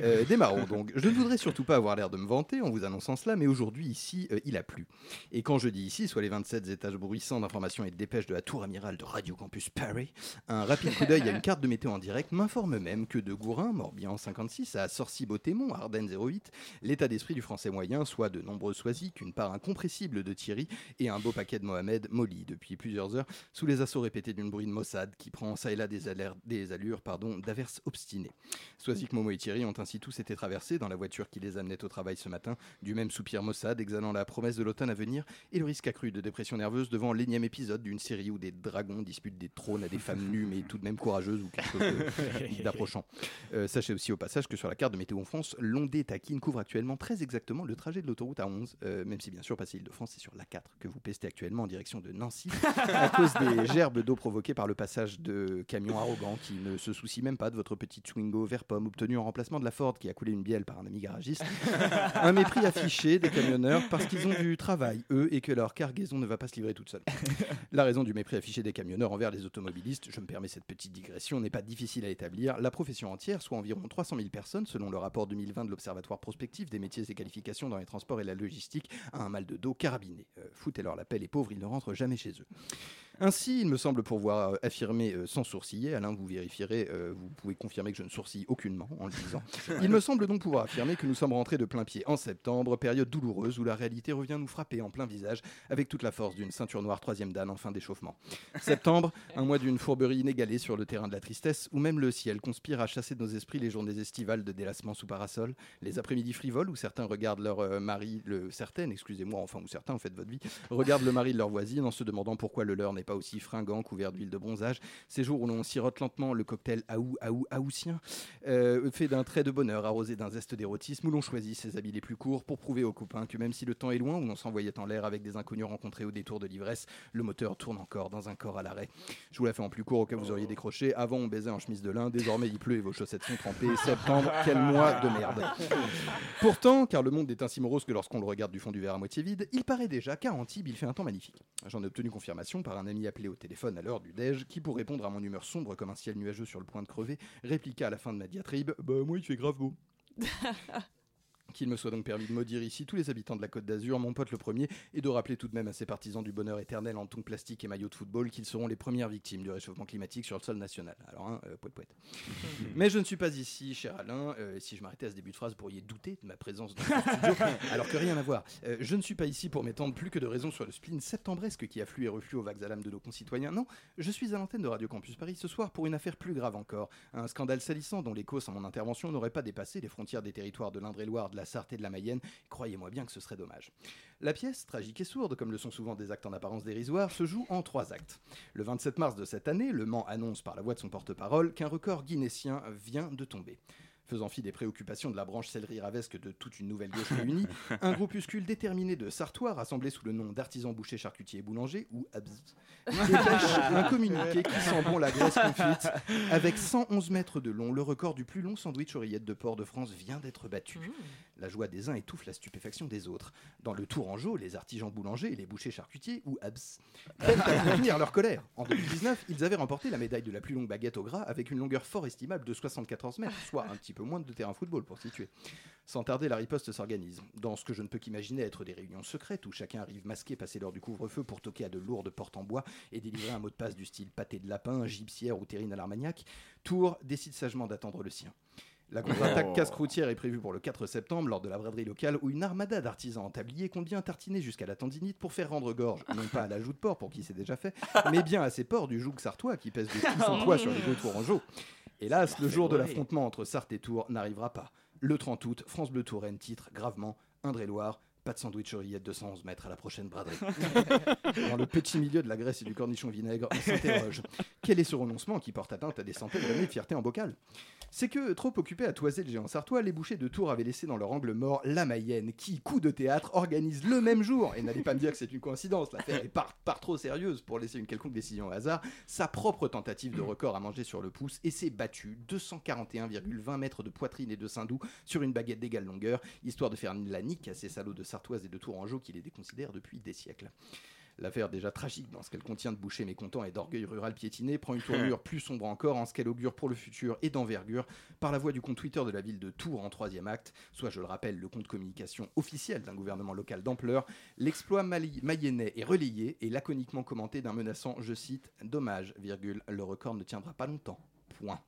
[SPEAKER 8] Euh, démarrons donc. Je ne voudrais surtout pas avoir l'air de me vanter en vous annonçant cela, mais aujourd'hui ici, euh, il a plu. Et quand je dis ici, soit les 27 étages bruissants d'informations et de dépêches de la tour amirale de Radio Campus Paris, un rapide coup d'œil à une carte de météo en direct m'informe même que de Gourin, Morbihan 56, à Sorcy-Beautémont, Ardennes 08, l'état d'esprit du français moyen, soit de nombreux soisiques, une part incompressible de Thierry et un beau paquet de Mohamed Molly depuis plusieurs heures, sous les assauts répétés d'une bruine Mossad qui prend ça et là des, allers- des allures pardon, d'averses obstinées. Soisic Momo et Thierry ont ainsi tous été traversés dans la voiture qui les amenait au travail ce matin, du même soupir maussade exhalant la promesse de l'automne à venir et le risque accru de dépression nerveuse devant l'énième épisode d'une série où des dragons disputent des trônes à des femmes nues mais tout de même courageuses ou quelque chose de- d'approchant. Euh, sachez aussi au passage que sur la carte de Météo en France, l'ondée taquine couvre actuellement très exactement le trajet de l'autoroute à 11, euh, même si bien sûr passer Île-de-France, c'est sur la 4 que vous pestez actuellement en direction de Nancy à cause des gerbes d'eau provoquées par le passage de camions arrogants qui ne se soucient même pas de votre petite Twingo vert pomme obtenue en remplacement de la Ford qui a coulé une bielle par un ami garagiste. Un mépris affiché des camionneurs parce qu'ils ont du travail, eux, et que leur cargaison ne va pas se livrer toute seule. La raison du mépris affiché des camionneurs envers les automobilistes, je me permets cette petite digression, n'est pas difficile à établir. La profession entière, soit environ 300 000 personnes, selon le rapport 2020 de l'Observatoire prospectif des métiers et qualifications dans les transports et la logistique, a un mal de dos carabiné. Euh, Foutez-leur la paix, les pauvres, ils ne rentrent jamais chez eux. Ainsi, il me semble pouvoir euh, affirmer euh, sans sourciller, Alain, vous vérifierez, euh, vous pouvez confirmer que je ne sourcille aucunement en le disant. Il me semble donc pouvoir affirmer que nous sommes rentrés de plein pied en septembre, période douloureuse où la réalité revient nous frapper en plein visage avec toute la force d'une ceinture noire troisième dan en fin d'échauffement. Septembre, un mois d'une fourberie inégalée sur le terrain de la tristesse où même le ciel conspire à chasser de nos esprits les journées estivales de délassement sous parasol, les après-midi frivoles où certains regardent leur euh, mari, le, certaines, excusez-moi, enfin, ou certains, en fait, votre vie, regardent le mari de leur voisine en se demandant pourquoi le leur n'est pas aussi fringant, couvert d'huile de bronzage. Ces jours où l'on sirote lentement le cocktail aou aou aoutien, euh, fait d'un trait de bonheur arrosé d'un zeste d'érotisme, où l'on choisit ses habits les plus courts pour prouver aux copains que même si le temps est loin, où l'on s'envoyait en l'air avec des inconnus rencontrés au détour de l'ivresse, le moteur tourne encore dans un corps à l'arrêt. Je vous la fais en plus court au cas où vous auriez décroché. Avant, on baisait en chemise de lin, désormais il pleut et vos chaussettes sont trempées. Septembre, quel mois de merde. Pourtant, car le monde est ainsi morose que lorsqu'on le regarde du fond du verre à moitié vide, il paraît déjà qu'à Antibes, il fait un temps magnifique. J'en ai obtenu confirmation par un ami appelé au téléphone à l'heure du déj, qui, pour répondre à mon humeur sombre comme un ciel nuageux sur le point de crever, répliqua à la fin de ma diatribe Bah, moi, il fait grave beau. Qu'il me soit donc permis de maudire ici tous les habitants de la Côte d'Azur, mon pote le premier, et de rappeler tout de même à ces partisans du bonheur éternel en ton plastique et maillot de football qu'ils seront les premières victimes du réchauffement climatique sur le sol national. Alors, hein, euh, poète poète. Mais je ne suis pas ici, cher Alain. euh, et si je m'arrêtais à ce début de phrase, vous pourriez douter de ma présence dans ce studio, alors que rien à voir. Euh, je ne suis pas ici pour m'étendre plus que de raison sur le spleen septembresque qui afflue et reflue aux vagues à l'âme de nos concitoyens. Non, je suis à l'antenne de Radio Campus Paris ce soir pour une affaire plus grave encore. Un scandale salissant dont les causes à mon intervention n'auraient pas dépassé les frontières des territoires de l'Indre-et-Loire, de la Sarthe et de la Mayenne. Croyez-moi bien que ce serait dommage. La pièce, tragique et sourde, comme le sont souvent des actes en apparence dérisoires, se joue en trois actes. Le 27 mars de cette année, Le Mans annonce par la voix de son porte-parole qu'un record guinécien vient de tomber. Faisant fi des préoccupations de la branche céleri-ravesque de toute une nouvelle gauche réunie, un groupuscule déterminé de Sartois, rassemblé sous le nom d'artisans bouchers, charcutiers et boulangers, ou ABZ, dépêche un communiqué qui sent bon la graisse confite. Avec 111 mètres de long, le record du plus long sandwich oreillette de porc de France vient d'être battu. La joie des uns étouffe la stupéfaction des autres. Dans le Tourangeau, les artisans boulangers et les bouchers charcutiers, ou ABS, peinent à contenir leur colère. En 2019, ils avaient remporté la médaille de la plus longue baguette au gras avec une longueur fort estimable de 74 mètres, soit un petit peu moins de terrain football pour situer. Sans tarder, la riposte s'organise. Dans ce que je ne peux qu'imaginer être des réunions secrètes où chacun arrive masqué passer l'heure du couvre-feu pour toquer à de lourdes portes en bois et délivrer un mot de passe du style pâté de lapin, gypsière ou terrine à l'armagnac, Tours décide sagement d'attendre le sien. La contre-attaque
[SPEAKER 20] Oh.
[SPEAKER 8] casse-croûtière est prévue pour le 4 septembre lors de la braderie locale où une armada d'artisans en tablier compte bien tartiner jusqu'à la tendinite pour faire rendre gorge, non pas à la joue de porc pour qui c'est déjà fait, mais bien à ses porcs du joug sartois qui pèse de tout son poids sur les deux tourangeaux. Hélas, le jour de
[SPEAKER 20] ouais.
[SPEAKER 8] l'affrontement entre Sarthe et Tours n'arrivera pas. Le 30 août, France Bleu Touraine titre gravement Indre-et-Loire. Pas de sandwich oreillette de 111 mètres à la prochaine braderie. Dans le petit milieu de la graisse et du cornichon vinaigre, on s'interroge. Quel est ce renoncement qui porte atteinte à des centaines d'années de fierté en bocal C'est que, trop occupés à toiser le géant sartois, les bouchers de Tours avaient laissé dans leur angle mort la Mayenne, qui, coup de théâtre, organise le même jour. Et n'allez pas me dire que c'est une coïncidence, l'affaire est par, par trop sérieuse pour laisser une quelconque décision au hasard. Sa propre tentative de record à manger sur le pouce et s'est battue 241,20 mètres de poitrine et de sein doux sur une baguette d'égale longueur, histoire de faire la nique à ces salauds de Sartoise et de Tourangeau qui les déconsidèrent depuis des siècles. L'affaire déjà tragique dans ce qu'elle contient de bouchers mécontents et d'orgueil rural piétiné prend une tournure plus sombre encore en ce qu'elle augure pour le futur et d'envergure par la voix du compte Twitter de la ville de Tours en troisième acte, soit je le rappelle le compte communication officiel d'un gouvernement local d'ampleur, l'exploit mali- mayennais est relayé et laconiquement commenté d'un menaçant, je cite, dommage, virgule, le record ne tiendra pas longtemps. Point.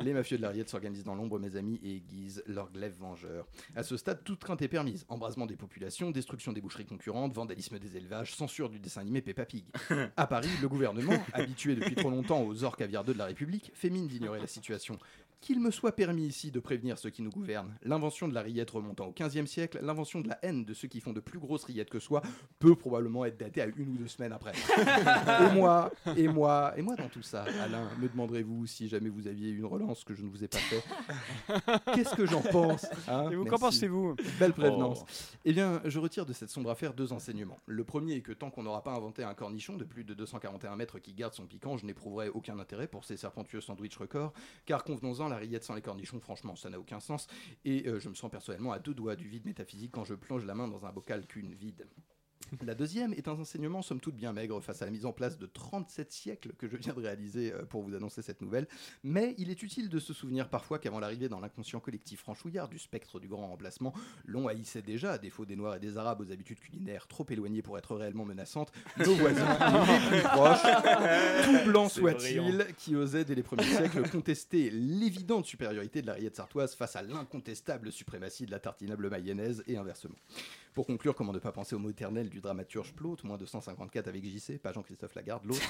[SPEAKER 8] Les mafieux de l'Ariette s'organisent dans l'ombre, mes amis, et aiguisent leur glaive vengeur. À ce stade, toute crainte est permise. Embrasement des populations, destruction des boucheries concurrentes, vandalisme des élevages, censure du dessin animé Peppa Pig. À Paris, le gouvernement, habitué depuis trop longtemps aux orques caviardeux de la République, fait mine d'ignorer la situation. Qu'il me soit permis ici de prévenir ceux qui nous gouvernent. L'invention de la rillette remontant au XVe siècle, l'invention de la haine de ceux qui font de plus grosses rillettes que soi, peut probablement être datée à une ou deux semaines après. et moi, et moi, et moi dans tout ça, Alain, me demanderez-vous si jamais vous aviez une relance que je ne vous ai pas fait Qu'est-ce que j'en pense hein
[SPEAKER 9] Et vous, qu'en
[SPEAKER 8] Merci.
[SPEAKER 9] pensez-vous
[SPEAKER 8] Belle prévenance. Eh bien, je retire de cette sombre affaire deux enseignements. Le premier est que tant qu'on n'aura pas inventé un cornichon de plus de 241 mètres qui garde son piquant, je n'éprouverai aucun intérêt pour ces serpentueux sandwichs records, car convenons-en, la rillette sans les cornichons, franchement, ça n'a aucun sens, et euh, je me sens personnellement à deux doigts du vide métaphysique quand je plonge la main dans un bocal qu'une vide. La deuxième est un enseignement somme toute bien maigre face à la mise en place de 37 siècles que je viens de réaliser euh, pour vous annoncer cette nouvelle, mais il est utile de se souvenir parfois qu'avant l'arrivée dans l'inconscient collectif franchouillard du spectre du grand remplacement, l'on haïssait déjà, à défaut des Noirs et des Arabes aux habitudes culinaires trop éloignées pour être réellement menaçantes, nos voisins les plus proches, tout blanc
[SPEAKER 20] C'est
[SPEAKER 8] soit-il,
[SPEAKER 20] brillant.
[SPEAKER 8] qui osait dès les premiers siècles contester l'évidente supériorité de la rillette sartoise face à l'incontestable suprématie de la tartinable mayonnaise et inversement. Pour conclure, comment ne pas penser au mot éternel du dramaturge Plaut, moins 254 avec JC, pas Jean-Christophe Lagarde, l'autre.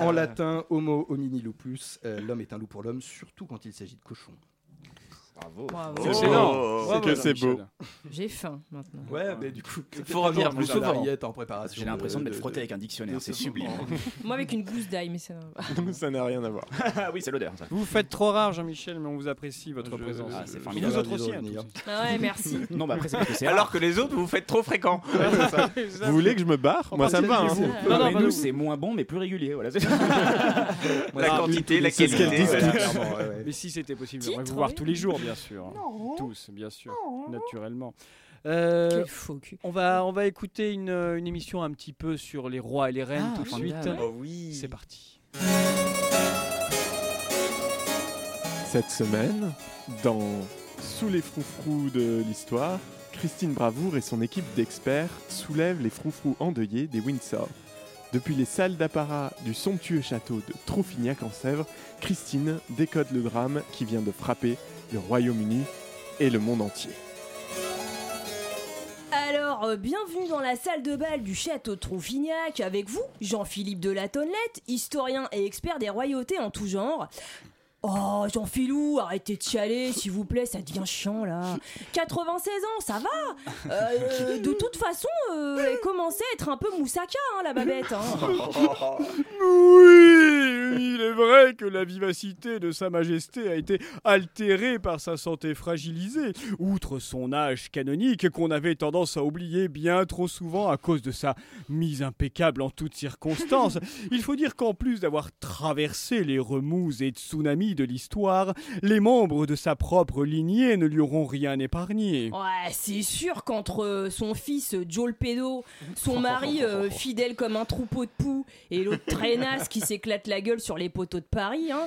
[SPEAKER 8] en latin, homo homini lupus, euh, l'homme est un loup pour l'homme, surtout quand il s'agit de cochons. Bravo.
[SPEAKER 10] Bravo.
[SPEAKER 15] Oh.
[SPEAKER 8] C'est
[SPEAKER 10] Excellent.
[SPEAKER 8] beau.
[SPEAKER 10] Bravo,
[SPEAKER 8] C'est que c'est
[SPEAKER 10] Jean-Michel.
[SPEAKER 8] beau.
[SPEAKER 10] J'ai faim maintenant.
[SPEAKER 8] Ouais, mais du coup,
[SPEAKER 13] Faut revenir plus souvent.
[SPEAKER 8] en préparation.
[SPEAKER 13] J'ai l'impression de m'être frotté avec un dictionnaire, c'est sublime.
[SPEAKER 10] Moi avec une gousse d'ail, mais ça.
[SPEAKER 14] ça n'a rien à voir.
[SPEAKER 13] ah oui, c'est l'odeur. ça.
[SPEAKER 9] Vous vous faites trop rare, Jean-Michel, mais on vous apprécie votre présence.
[SPEAKER 13] Ah, c'est
[SPEAKER 9] Vous
[SPEAKER 13] formidable.
[SPEAKER 9] autres aussi, hein,
[SPEAKER 13] Revenir.
[SPEAKER 9] tous.
[SPEAKER 10] Ah ouais, merci.
[SPEAKER 13] Non, mais après, c'est parce que c'est
[SPEAKER 15] Alors que les autres, vous vous faites trop fréquent.
[SPEAKER 13] hein.
[SPEAKER 14] Vous voulez que je me barre Moi, ça me va. hein.
[SPEAKER 13] Non, non, nous, c'est moins bon, mais plus régulier. Voilà, c'est-
[SPEAKER 15] La
[SPEAKER 13] Ah,
[SPEAKER 15] quantité, la
[SPEAKER 13] c'est ce qu'elles
[SPEAKER 15] qualité.
[SPEAKER 13] disent
[SPEAKER 15] voilà.
[SPEAKER 13] toutes.
[SPEAKER 9] Clairement, ouais, ouais. Mais si c'était possible, j'aimerais vous voir tous les jours, bien sûr. Tous, bien sûr, naturellement. Euh,
[SPEAKER 10] Quel faux cul.
[SPEAKER 9] On va, on va écouter une, euh, une émission un petit peu sur les rois et les reines
[SPEAKER 10] Ah,
[SPEAKER 9] tout de suite.
[SPEAKER 10] formidable. Oh
[SPEAKER 9] oui. C'est parti.
[SPEAKER 14] Cette semaine, dans Sous les froufrous de l'histoire, Christine Bravour et son équipe d'experts soulèvent les froufrous endeuillés des Windsor. Depuis les salles d'apparat du somptueux château de Troufignac en Sèvres, Christine décode le drame qui vient de frapper le Royaume-Uni et le monde entier.
[SPEAKER 10] Alors, euh, bienvenue dans la salle de bal du château de Troufignac. Avec vous, Jean-Philippe de la Tonnelette, historien et expert des royautés en tout genre. Oh, Jean-Philou, arrêtez de chialer, s'il vous plaît, ça devient chiant là. 96 ans, ça va Euh, De toute façon, euh, elle commençait à être un peu moussaka, hein, la babette. hein.
[SPEAKER 9] Oui, il est vrai que la vivacité de Sa Majesté a été altérée par sa santé fragilisée, outre son âge canonique qu'on avait tendance à oublier bien trop souvent à cause de sa mise impeccable en toutes circonstances. Il faut dire qu'en plus d'avoir traversé les remous et tsunamis de l'histoire, les membres de sa propre lignée ne lui auront rien épargné.
[SPEAKER 10] Ouais, c'est sûr qu'entre euh, son fils euh, Joe le pédo, son mari euh, fidèle comme un troupeau de poux et l'autre traînasse qui s'éclate la gueule sur les poteaux de Paris, hein,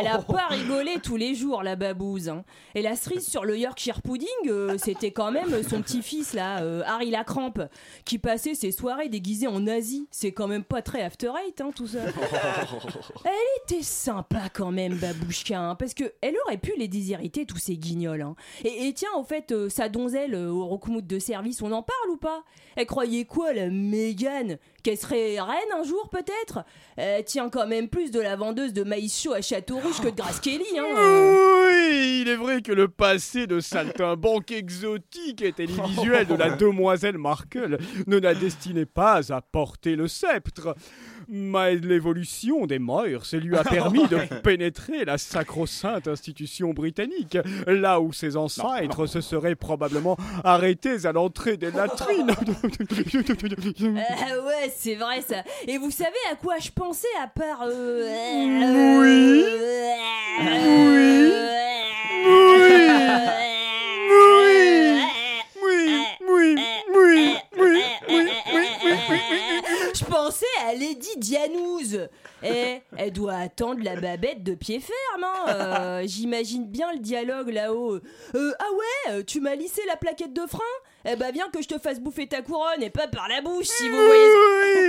[SPEAKER 10] elle a pas rigolé tous les jours la babouze. hein. Et la cerise sur le Yorkshire pudding, euh, c'était quand même son petit-fils là, euh, Harry la crampe, qui passait ses soirées déguisées en Asie. C'est quand même pas très after eight hein, tout ça. Elle était sympa quand même, Babouchka, hein, parce que elle aurait pu les déshériter tous ces guignols. hein. Et, et tiens, au fait, euh, sa donzelle euh, au Rockmouth de service, on en parle ou pas Elle croyait quoi, la Mégane Qu'elle serait reine un jour, peut-être Euh, Elle tient quand même plus de la vendeuse de maïs chaud à Château-Rouge que de Grace Kelly, hein
[SPEAKER 9] Oh
[SPEAKER 10] euh.
[SPEAKER 9] Oui, il est vrai que le passé de saltimbanque exotique et télévisuel de la demoiselle Markle ne la destinait pas à porter le sceptre. Mais l'évolution des mœurs lui a permis de pénétrer la sacro-sainte institution britannique, là où ses ancêtres se seraient probablement arrêtés à l'entrée des latrines.
[SPEAKER 10] Ah ouais, c'est vrai ça. Et vous savez à quoi je pensais à part. euh,
[SPEAKER 9] Oui.
[SPEAKER 10] Oui. Je pensais à Lady Dianouse. Eh, elle doit attendre la babette de pied ferme. hein. Euh, J'imagine bien le dialogue là-haut. Euh, ah ouais, tu m'as lissé la plaquette de ben, frein Eh bah viens que je te fasse bouffer ta couronne et pas par la bouche si vous voyez.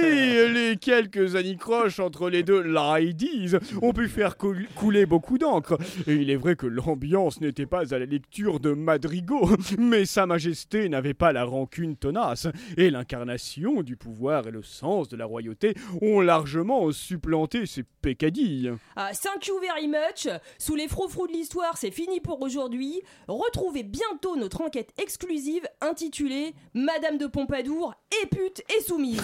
[SPEAKER 9] Oui, les quelques anicroches entre les deux, là ils disent, ont pu faire coul- couler beaucoup d'encre. Et il est vrai que l'ambiance n'était pas à la lecture de madrigaux, mais Sa Majesté n'avait pas la rancune tenace, et l'incarnation du pouvoir et le sens de la royauté ont largement supplanté ses peccadilles.
[SPEAKER 10] Ah, thank you very much. Sous les frou-frous de l'histoire, c'est fini pour aujourd'hui. Retrouvez bientôt notre enquête exclusive intitulée Madame de Pompadour est pute et soumise.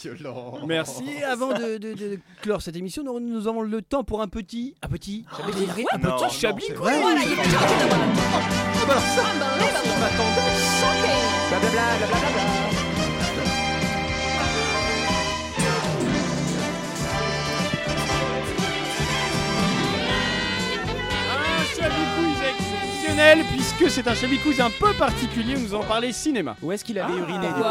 [SPEAKER 8] Violent.
[SPEAKER 9] Merci. Avant de, de- de clore cette émission, nous, nous avons le temps pour un petit. Un petit Chablis
[SPEAKER 10] ouais,
[SPEAKER 9] Un
[SPEAKER 10] non, non,
[SPEAKER 9] petit Chablis
[SPEAKER 10] c'est
[SPEAKER 9] quoi.
[SPEAKER 10] vrai. Voilà, il est parti de moi.
[SPEAKER 9] Un Chablis Quiz exceptionnel puisque c'est un Chablis Quiz un peu particulier. Nous en parlait cinéma.
[SPEAKER 13] Où est-ce qu'il avait uriné
[SPEAKER 9] du coup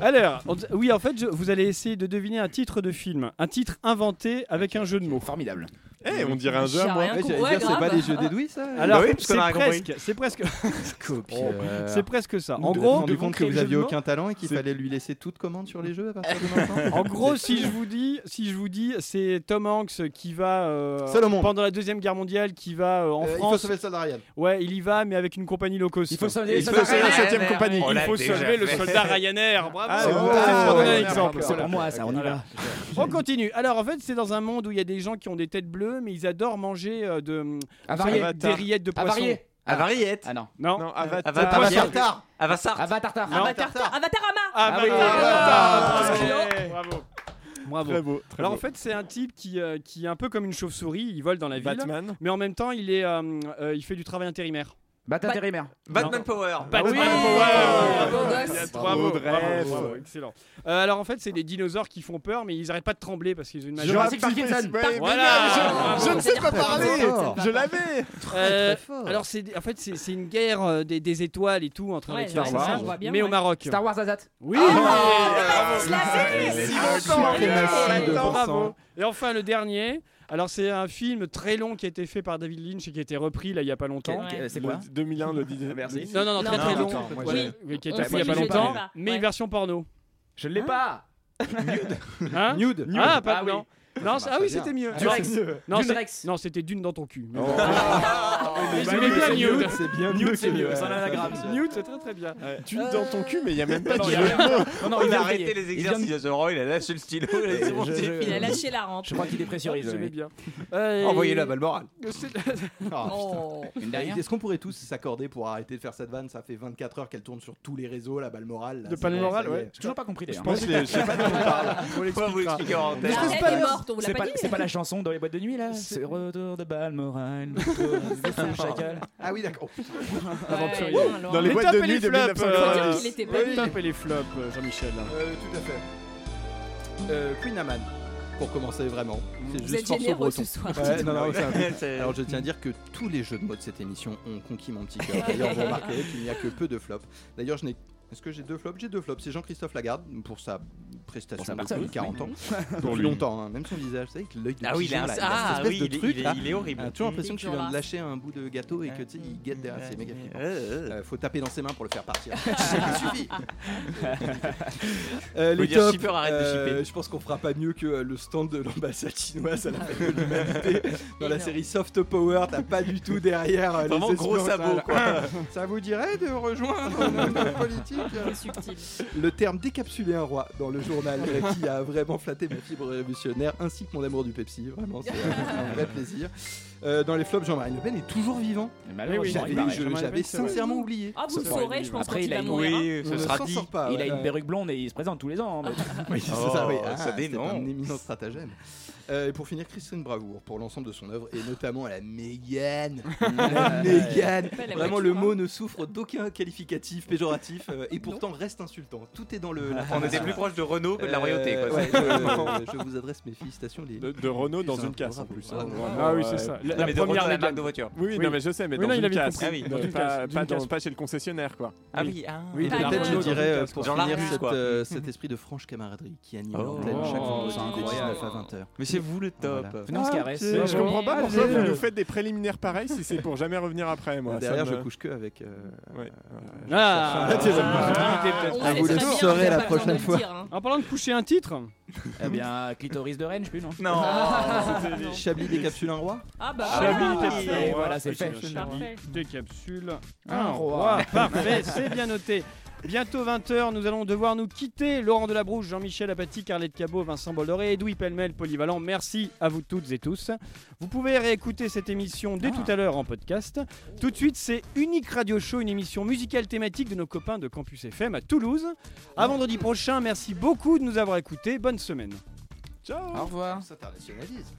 [SPEAKER 8] Oh.
[SPEAKER 9] Alors, on- oui, en fait, je- vous allez essayer de deviner un titre de film, un titre inventé avec un jeu de mots.
[SPEAKER 13] Formidable.
[SPEAKER 14] Eh, on dirait un jeu
[SPEAKER 8] à moi. Ouais, j'allais dire, c'est pas des jeux dédouis, ça
[SPEAKER 9] Alors,
[SPEAKER 8] Bah oui, parce
[SPEAKER 9] c'est
[SPEAKER 8] qu'on a compris.
[SPEAKER 9] presque, c'est presque,
[SPEAKER 8] Copieur.
[SPEAKER 9] c'est presque ça.
[SPEAKER 8] Nous
[SPEAKER 9] En
[SPEAKER 8] devons
[SPEAKER 9] gros,
[SPEAKER 8] nous rendre compte que vous aviez aucun talent et qu'il
[SPEAKER 9] C'est-
[SPEAKER 8] fallait lui laisser toute commande sur les jeux à partir de maintenant.
[SPEAKER 9] En gros, si je vous dis, si je vous dis, c'est Tom Hanks qui va euh,
[SPEAKER 8] Salomon.
[SPEAKER 9] pendant la deuxième guerre mondiale, qui va euh, en
[SPEAKER 8] Euh, il faut
[SPEAKER 9] France.
[SPEAKER 8] sauver le soldat Ryan.
[SPEAKER 9] Ouais, il y va, mais avec une compagnie low cost.
[SPEAKER 8] Il faut sauver
[SPEAKER 9] Et
[SPEAKER 8] le
[SPEAKER 9] il
[SPEAKER 8] soldat
[SPEAKER 9] faut sauver la
[SPEAKER 8] Ryan.
[SPEAKER 9] septième
[SPEAKER 8] On
[SPEAKER 9] compagnie.
[SPEAKER 15] Oh,
[SPEAKER 9] Il
[SPEAKER 8] l'a
[SPEAKER 9] faut
[SPEAKER 8] déjà
[SPEAKER 9] sauver le
[SPEAKER 8] fait.
[SPEAKER 9] soldat Ryanair. Bravo.
[SPEAKER 8] Ah,
[SPEAKER 9] c'est
[SPEAKER 8] bon,
[SPEAKER 9] pour
[SPEAKER 8] ah,
[SPEAKER 9] donner
[SPEAKER 8] ouais,
[SPEAKER 9] un
[SPEAKER 8] ouais,
[SPEAKER 9] exemple.
[SPEAKER 8] pardon,
[SPEAKER 9] Voilà.
[SPEAKER 8] pour moi, ça, on y
[SPEAKER 9] Voilà.
[SPEAKER 8] va.
[SPEAKER 9] On continue. Alors en fait, c'est dans un monde où il y a des gens qui ont des têtes bleues, mais ils adorent manger euh, de
[SPEAKER 13] Avarié.
[SPEAKER 9] des rillettes de poisson.
[SPEAKER 13] Avarié.
[SPEAKER 15] Avariette
[SPEAKER 13] Ah non.
[SPEAKER 9] Non.
[SPEAKER 13] Avatar.
[SPEAKER 9] Avatar.
[SPEAKER 13] Avatar.
[SPEAKER 9] Avatar.
[SPEAKER 15] Avatar.
[SPEAKER 13] Avatar.
[SPEAKER 10] Avatar. Avatarama.
[SPEAKER 9] Ah,
[SPEAKER 13] Ah
[SPEAKER 9] Avatar.
[SPEAKER 10] Bravo.
[SPEAKER 9] Ouais. Bravo. Bravo.
[SPEAKER 14] Très beau, très
[SPEAKER 9] Alors
[SPEAKER 14] beau.
[SPEAKER 9] en fait, c'est un type qui, euh, qui est un peu comme une chauve-souris, il vole dans la ville.
[SPEAKER 14] Batman.
[SPEAKER 9] Mais en même temps, il, est, euh, euh, il fait du travail intérimaire.
[SPEAKER 13] Bat intérimaire.
[SPEAKER 15] Batman Power.
[SPEAKER 9] Batman
[SPEAKER 13] Oui.
[SPEAKER 9] Power. Bravo,
[SPEAKER 13] Bravo, gosse.
[SPEAKER 9] Bravo,
[SPEAKER 13] Bravo,
[SPEAKER 9] bravo,
[SPEAKER 13] bref.
[SPEAKER 9] bravo, excellent. Euh, alors en fait, c'est des dinosaures qui font peur, mais ils arrêtent pas de trembler parce qu'ils ont une magie.
[SPEAKER 14] Ah,
[SPEAKER 13] Jurassic Parkinson.
[SPEAKER 9] Voilà.
[SPEAKER 14] Eh, Je ne sais pas parler. Je l'avais.
[SPEAKER 9] Euh, alors c'est en fait c'est c'est une guerre euh, des, des étoiles et tout entre
[SPEAKER 13] Ouais,
[SPEAKER 9] les Star
[SPEAKER 13] Star Wars.
[SPEAKER 9] Wars,
[SPEAKER 13] On voit bien,
[SPEAKER 9] mais au
[SPEAKER 13] ouais.
[SPEAKER 9] Maroc.
[SPEAKER 13] Star Wars Azat.
[SPEAKER 9] Oui.
[SPEAKER 13] Ah,
[SPEAKER 9] oui.
[SPEAKER 13] ouais.
[SPEAKER 9] Oui.
[SPEAKER 13] C'est
[SPEAKER 9] Encore
[SPEAKER 13] la suprématie
[SPEAKER 9] une.
[SPEAKER 13] de
[SPEAKER 9] Bravo.
[SPEAKER 13] 2%.
[SPEAKER 9] Et enfin le dernier. Alors c'est un film très long qui a été fait par David Lynch et qui a été repris là il y a pas longtemps.
[SPEAKER 13] Quel- quel- euh, c'est quoi
[SPEAKER 14] Le 2001, le 10
[SPEAKER 13] Merci.
[SPEAKER 9] Non non non très
[SPEAKER 13] Non,
[SPEAKER 9] très
[SPEAKER 13] non,
[SPEAKER 9] long.
[SPEAKER 13] attends, moi,
[SPEAKER 9] Oui,
[SPEAKER 13] je-
[SPEAKER 9] oui, qui a
[SPEAKER 13] on
[SPEAKER 9] été fait il y a
[SPEAKER 13] sait,
[SPEAKER 9] pas
[SPEAKER 13] je l'ai
[SPEAKER 9] longtemps,
[SPEAKER 13] pas.
[SPEAKER 9] mais
[SPEAKER 13] Ouais.
[SPEAKER 9] version porno.
[SPEAKER 13] Je ne l'ai pas.
[SPEAKER 9] Hein
[SPEAKER 13] Nude. Nude.
[SPEAKER 9] Ah, pas
[SPEAKER 13] Ah
[SPEAKER 9] de- non.
[SPEAKER 13] oui.
[SPEAKER 9] Non,
[SPEAKER 13] Ah,
[SPEAKER 9] c'est-
[SPEAKER 13] bah,
[SPEAKER 9] ah oui,
[SPEAKER 13] très
[SPEAKER 9] c'était
[SPEAKER 13] bien.
[SPEAKER 9] mieux.
[SPEAKER 13] Du
[SPEAKER 9] Non,
[SPEAKER 13] Rex.
[SPEAKER 9] c'est-
[SPEAKER 13] Du
[SPEAKER 9] non, c'est-
[SPEAKER 13] Rex.
[SPEAKER 9] Non, c'était d'une dans ton cul. Mais
[SPEAKER 13] Oh.
[SPEAKER 9] bon. Mais
[SPEAKER 13] Bah,
[SPEAKER 9] j'aimais bien
[SPEAKER 13] c'est
[SPEAKER 9] Nude.
[SPEAKER 13] Nude, c'est bien Nude, mieux c'est que- mieux, c'est un anagramme, ça.
[SPEAKER 9] Nude, c'est très très bien.
[SPEAKER 14] D'une dans ton cul, mais il n'y a même pas de
[SPEAKER 15] Non,
[SPEAKER 14] jeu.
[SPEAKER 15] il a-
[SPEAKER 13] Non, non,
[SPEAKER 15] il
[SPEAKER 13] il
[SPEAKER 15] a
[SPEAKER 13] vient de
[SPEAKER 15] arrêté
[SPEAKER 13] payer.
[SPEAKER 15] les
[SPEAKER 13] Il vient de-
[SPEAKER 15] exercices de ce rôle, il a lâché le stylo, il a dit bon,
[SPEAKER 13] Je-
[SPEAKER 15] c'est
[SPEAKER 13] je-
[SPEAKER 15] fini.
[SPEAKER 10] Il a lâché la rampe.
[SPEAKER 13] Je crois qu'il dépressurise.
[SPEAKER 9] J'aimais
[SPEAKER 13] oui.
[SPEAKER 9] bien. Euh,
[SPEAKER 15] Envoyez-le à Balmoral.
[SPEAKER 10] Oh.
[SPEAKER 13] Une dernière
[SPEAKER 8] Est-ce qu'on pourrait tous s'accorder pour arrêter de faire cette vanne Ça fait 24 heures qu'elle tourne sur tous les réseaux, la balle morale.
[SPEAKER 9] De balle morale, ouais.
[SPEAKER 13] J'ai toujours pas compris d'ailleurs.
[SPEAKER 8] pense que- je sais pas de quoi on parle.
[SPEAKER 9] On l'expliquera.
[SPEAKER 15] vous expliquer en
[SPEAKER 9] Mais je pense
[SPEAKER 15] antenne.
[SPEAKER 10] Bah, Elle
[SPEAKER 9] pas-
[SPEAKER 10] est morte, on vous l'a
[SPEAKER 13] C'est
[SPEAKER 10] pas
[SPEAKER 13] pas,
[SPEAKER 10] dit.
[SPEAKER 13] c'est pas la chanson dans les boîtes de nuit là C'est retour de Balmoral, retour de chacal.
[SPEAKER 8] Ah oui, d'accord.
[SPEAKER 9] Aventurier.
[SPEAKER 13] loin, loin.
[SPEAKER 14] Dans les boîtes
[SPEAKER 9] tops
[SPEAKER 14] de
[SPEAKER 9] et
[SPEAKER 14] nuit de
[SPEAKER 9] flops,
[SPEAKER 14] 1990.
[SPEAKER 9] euh,
[SPEAKER 10] Faut dire qu'il était pas
[SPEAKER 9] Les
[SPEAKER 10] nul.
[SPEAKER 9] tops et les flops, euh, Jean-Michel.
[SPEAKER 8] Euh, tout à fait. Euh, Queen Amman, pour commencer vraiment. C'est
[SPEAKER 10] Vous
[SPEAKER 8] juste
[SPEAKER 10] êtes
[SPEAKER 8] force au
[SPEAKER 10] généreux
[SPEAKER 8] breton.
[SPEAKER 10] ce soir.
[SPEAKER 8] Ouais, non, non, c'est un peu-
[SPEAKER 15] C'est-
[SPEAKER 8] Alors je tiens à dire que tous les jeux de mots de cette émission ont conquis mon petit cœur. D'ailleurs, vous remarquerez qu'il n'y a que peu de flops. D'ailleurs, je n'ai. Est-ce que j'ai deux flops J'ai deux flops. C'est Jean-Christophe Lagarde pour sa prestation
[SPEAKER 13] Pour sa
[SPEAKER 8] de
[SPEAKER 13] personne,
[SPEAKER 8] plus de 40 ans.
[SPEAKER 13] oui.
[SPEAKER 8] Pour
[SPEAKER 13] lui.
[SPEAKER 8] longtemps, hein, même son visage, c'est que l'œil de
[SPEAKER 15] Ah oui, il
[SPEAKER 8] pigeon,
[SPEAKER 15] a un-
[SPEAKER 8] là, cette
[SPEAKER 15] ah
[SPEAKER 8] espèce
[SPEAKER 15] oui,
[SPEAKER 8] de
[SPEAKER 15] il est-
[SPEAKER 8] truc,
[SPEAKER 15] il est-
[SPEAKER 8] là.
[SPEAKER 15] il est horrible.
[SPEAKER 8] T'as toujours l'impression que tu viens
[SPEAKER 15] Dégueulasse.
[SPEAKER 8] de lâcher un bout de gâteau et que tu sais, il guette derrière, c'est méga flippant. Euh, faut taper dans ses mains pour le faire partir. Ça suffit. Euh,
[SPEAKER 15] Faut
[SPEAKER 8] les
[SPEAKER 15] dire
[SPEAKER 8] tops,
[SPEAKER 15] shipper, arrête de
[SPEAKER 8] euh,
[SPEAKER 15] shipper.
[SPEAKER 8] Je pense qu'on fera pas mieux que euh, le stand de l'ambassade chinoise à la fin de l'humanité. Dans la série Soft Power, t'as pas du tout derrière euh,
[SPEAKER 15] Vraiment
[SPEAKER 8] les
[SPEAKER 15] gros
[SPEAKER 8] espions, ça,
[SPEAKER 15] sabot,
[SPEAKER 8] là.
[SPEAKER 15] quoi.
[SPEAKER 8] Ça vous dirait de rejoindre notre politique Le terme décapsuler un roi dans le journal euh, qui a vraiment flatté ma fibre révolutionnaire ainsi que mon amour du Pepsi. Vraiment, c'est un vrai plaisir. Euh, dans les flops, Jean-Marie Le Pen est toujours vivant.
[SPEAKER 13] Malheureusement,
[SPEAKER 8] Oui, j'avais-
[SPEAKER 13] il paraît.
[SPEAKER 8] je-
[SPEAKER 13] Jean-Marie Le
[SPEAKER 8] j'avais
[SPEAKER 13] Pen, c'est vrai.
[SPEAKER 8] sincèrement oublié.
[SPEAKER 10] Ah, vous le
[SPEAKER 8] Ça,
[SPEAKER 10] saurez, je pense, quand
[SPEAKER 13] Après,
[SPEAKER 10] il
[SPEAKER 13] il a
[SPEAKER 10] va
[SPEAKER 13] une-
[SPEAKER 10] mourir. hein.
[SPEAKER 15] Oui,
[SPEAKER 8] On
[SPEAKER 15] ce
[SPEAKER 8] ne
[SPEAKER 15] sera
[SPEAKER 8] s'en
[SPEAKER 15] dit.
[SPEAKER 8] sort pas,
[SPEAKER 13] il a
[SPEAKER 8] ouais.
[SPEAKER 13] une perruque blonde et il se présente tous les ans. hein, mais-
[SPEAKER 8] Oui, c'est ça, oui.
[SPEAKER 15] Oh,
[SPEAKER 8] Ah,
[SPEAKER 15] ça
[SPEAKER 8] c'était
[SPEAKER 15] dénonce.
[SPEAKER 8] un éminent stratagème. Euh, et pour finir, Christine Bravour, pour l'ensemble de son œuvre, et notamment à la Mégane. la Mégane.
[SPEAKER 10] Ouais, la
[SPEAKER 8] Vraiment,
[SPEAKER 10] voiture,
[SPEAKER 8] le
[SPEAKER 10] hein.
[SPEAKER 8] mot ne souffre d'aucun qualificatif péjoratif, euh, et pourtant reste insultant. Tout est dans le. la
[SPEAKER 15] On était
[SPEAKER 8] formation.
[SPEAKER 15] plus proche de Renault que de la royauté. quoi.
[SPEAKER 8] Euh, ouais, je, je vous adresse mes félicitations. Les...
[SPEAKER 14] De, de Renault dans
[SPEAKER 8] Putain,
[SPEAKER 14] une casse en
[SPEAKER 8] bravo,
[SPEAKER 14] plus.
[SPEAKER 8] bravo.
[SPEAKER 14] hein.
[SPEAKER 9] Ah oui, c'est ça.
[SPEAKER 15] La- la première Mégane.
[SPEAKER 14] Oui, oui, non, mais je sais, mais dans une casse.
[SPEAKER 15] Ah oui,
[SPEAKER 14] Dans une casse. Pas dans- pas chez le concessionnaire, quoi.
[SPEAKER 15] Ah oui, ah.
[SPEAKER 8] Oui,
[SPEAKER 15] Pas
[SPEAKER 9] Bah,
[SPEAKER 8] peut-être
[SPEAKER 15] dans-
[SPEAKER 8] je
[SPEAKER 15] dans
[SPEAKER 8] dirais
[SPEAKER 15] une
[SPEAKER 8] euh,
[SPEAKER 15] case,
[SPEAKER 8] pour
[SPEAKER 15] quoi. Dans la
[SPEAKER 8] finir
[SPEAKER 15] rue,
[SPEAKER 8] cette,
[SPEAKER 15] quoi.
[SPEAKER 8] euh, cet esprit de franche camaraderie qui anime
[SPEAKER 15] Oh.
[SPEAKER 8] l'antenne chaque
[SPEAKER 15] Oh,
[SPEAKER 8] vendredi
[SPEAKER 15] c'est
[SPEAKER 8] de
[SPEAKER 15] incroyable.
[SPEAKER 8] 19 à 20h.
[SPEAKER 15] Mais c'est vous le top.
[SPEAKER 8] Venez, on se
[SPEAKER 13] Ah,
[SPEAKER 8] caresse.
[SPEAKER 14] ok. Je comprends pas pourquoi
[SPEAKER 8] Allez.
[SPEAKER 14] vous nous faites des préliminaires pareils si c'est pour jamais revenir après, moi.
[SPEAKER 8] Derrière,
[SPEAKER 14] Ça me-
[SPEAKER 8] je couche que avec. euh,
[SPEAKER 14] Ouais.
[SPEAKER 8] je
[SPEAKER 9] Ah,
[SPEAKER 8] cherche un-
[SPEAKER 9] ah,
[SPEAKER 8] Ah, vous le saurez la prochaine fois.
[SPEAKER 10] hein.
[SPEAKER 9] En parlant de coucher un titre.
[SPEAKER 13] Eh bien, clitoris de Rennes, je sais plus, non
[SPEAKER 15] Non
[SPEAKER 8] Chablis décapsule un roi
[SPEAKER 10] Ah bah
[SPEAKER 9] Chablis décapsule un
[SPEAKER 13] Et
[SPEAKER 9] roi.
[SPEAKER 13] voilà, c'est fait.
[SPEAKER 9] Chablis décapsule
[SPEAKER 13] Un
[SPEAKER 9] un
[SPEAKER 13] roi.
[SPEAKER 9] roi. Parfait, c'est bien noté. Bientôt 20h, nous allons devoir nous quitter. Laurent Delabrouche, Jean-Michel Apathy, Carlette Cabot, Vincent Bolloré, Edoui Pellemel, Polyvalent, merci à vous toutes et tous. Vous pouvez réécouter cette émission dès tout à l'heure en podcast. Tout de suite, c'est Unique Radio Show, une émission musicale thématique de nos copains de Campus FM à Toulouse. À vendredi prochain, merci beaucoup de nous avoir écoutés. Bonne semaine.
[SPEAKER 14] Ciao
[SPEAKER 8] Au revoir. Ça, t'as rationalise.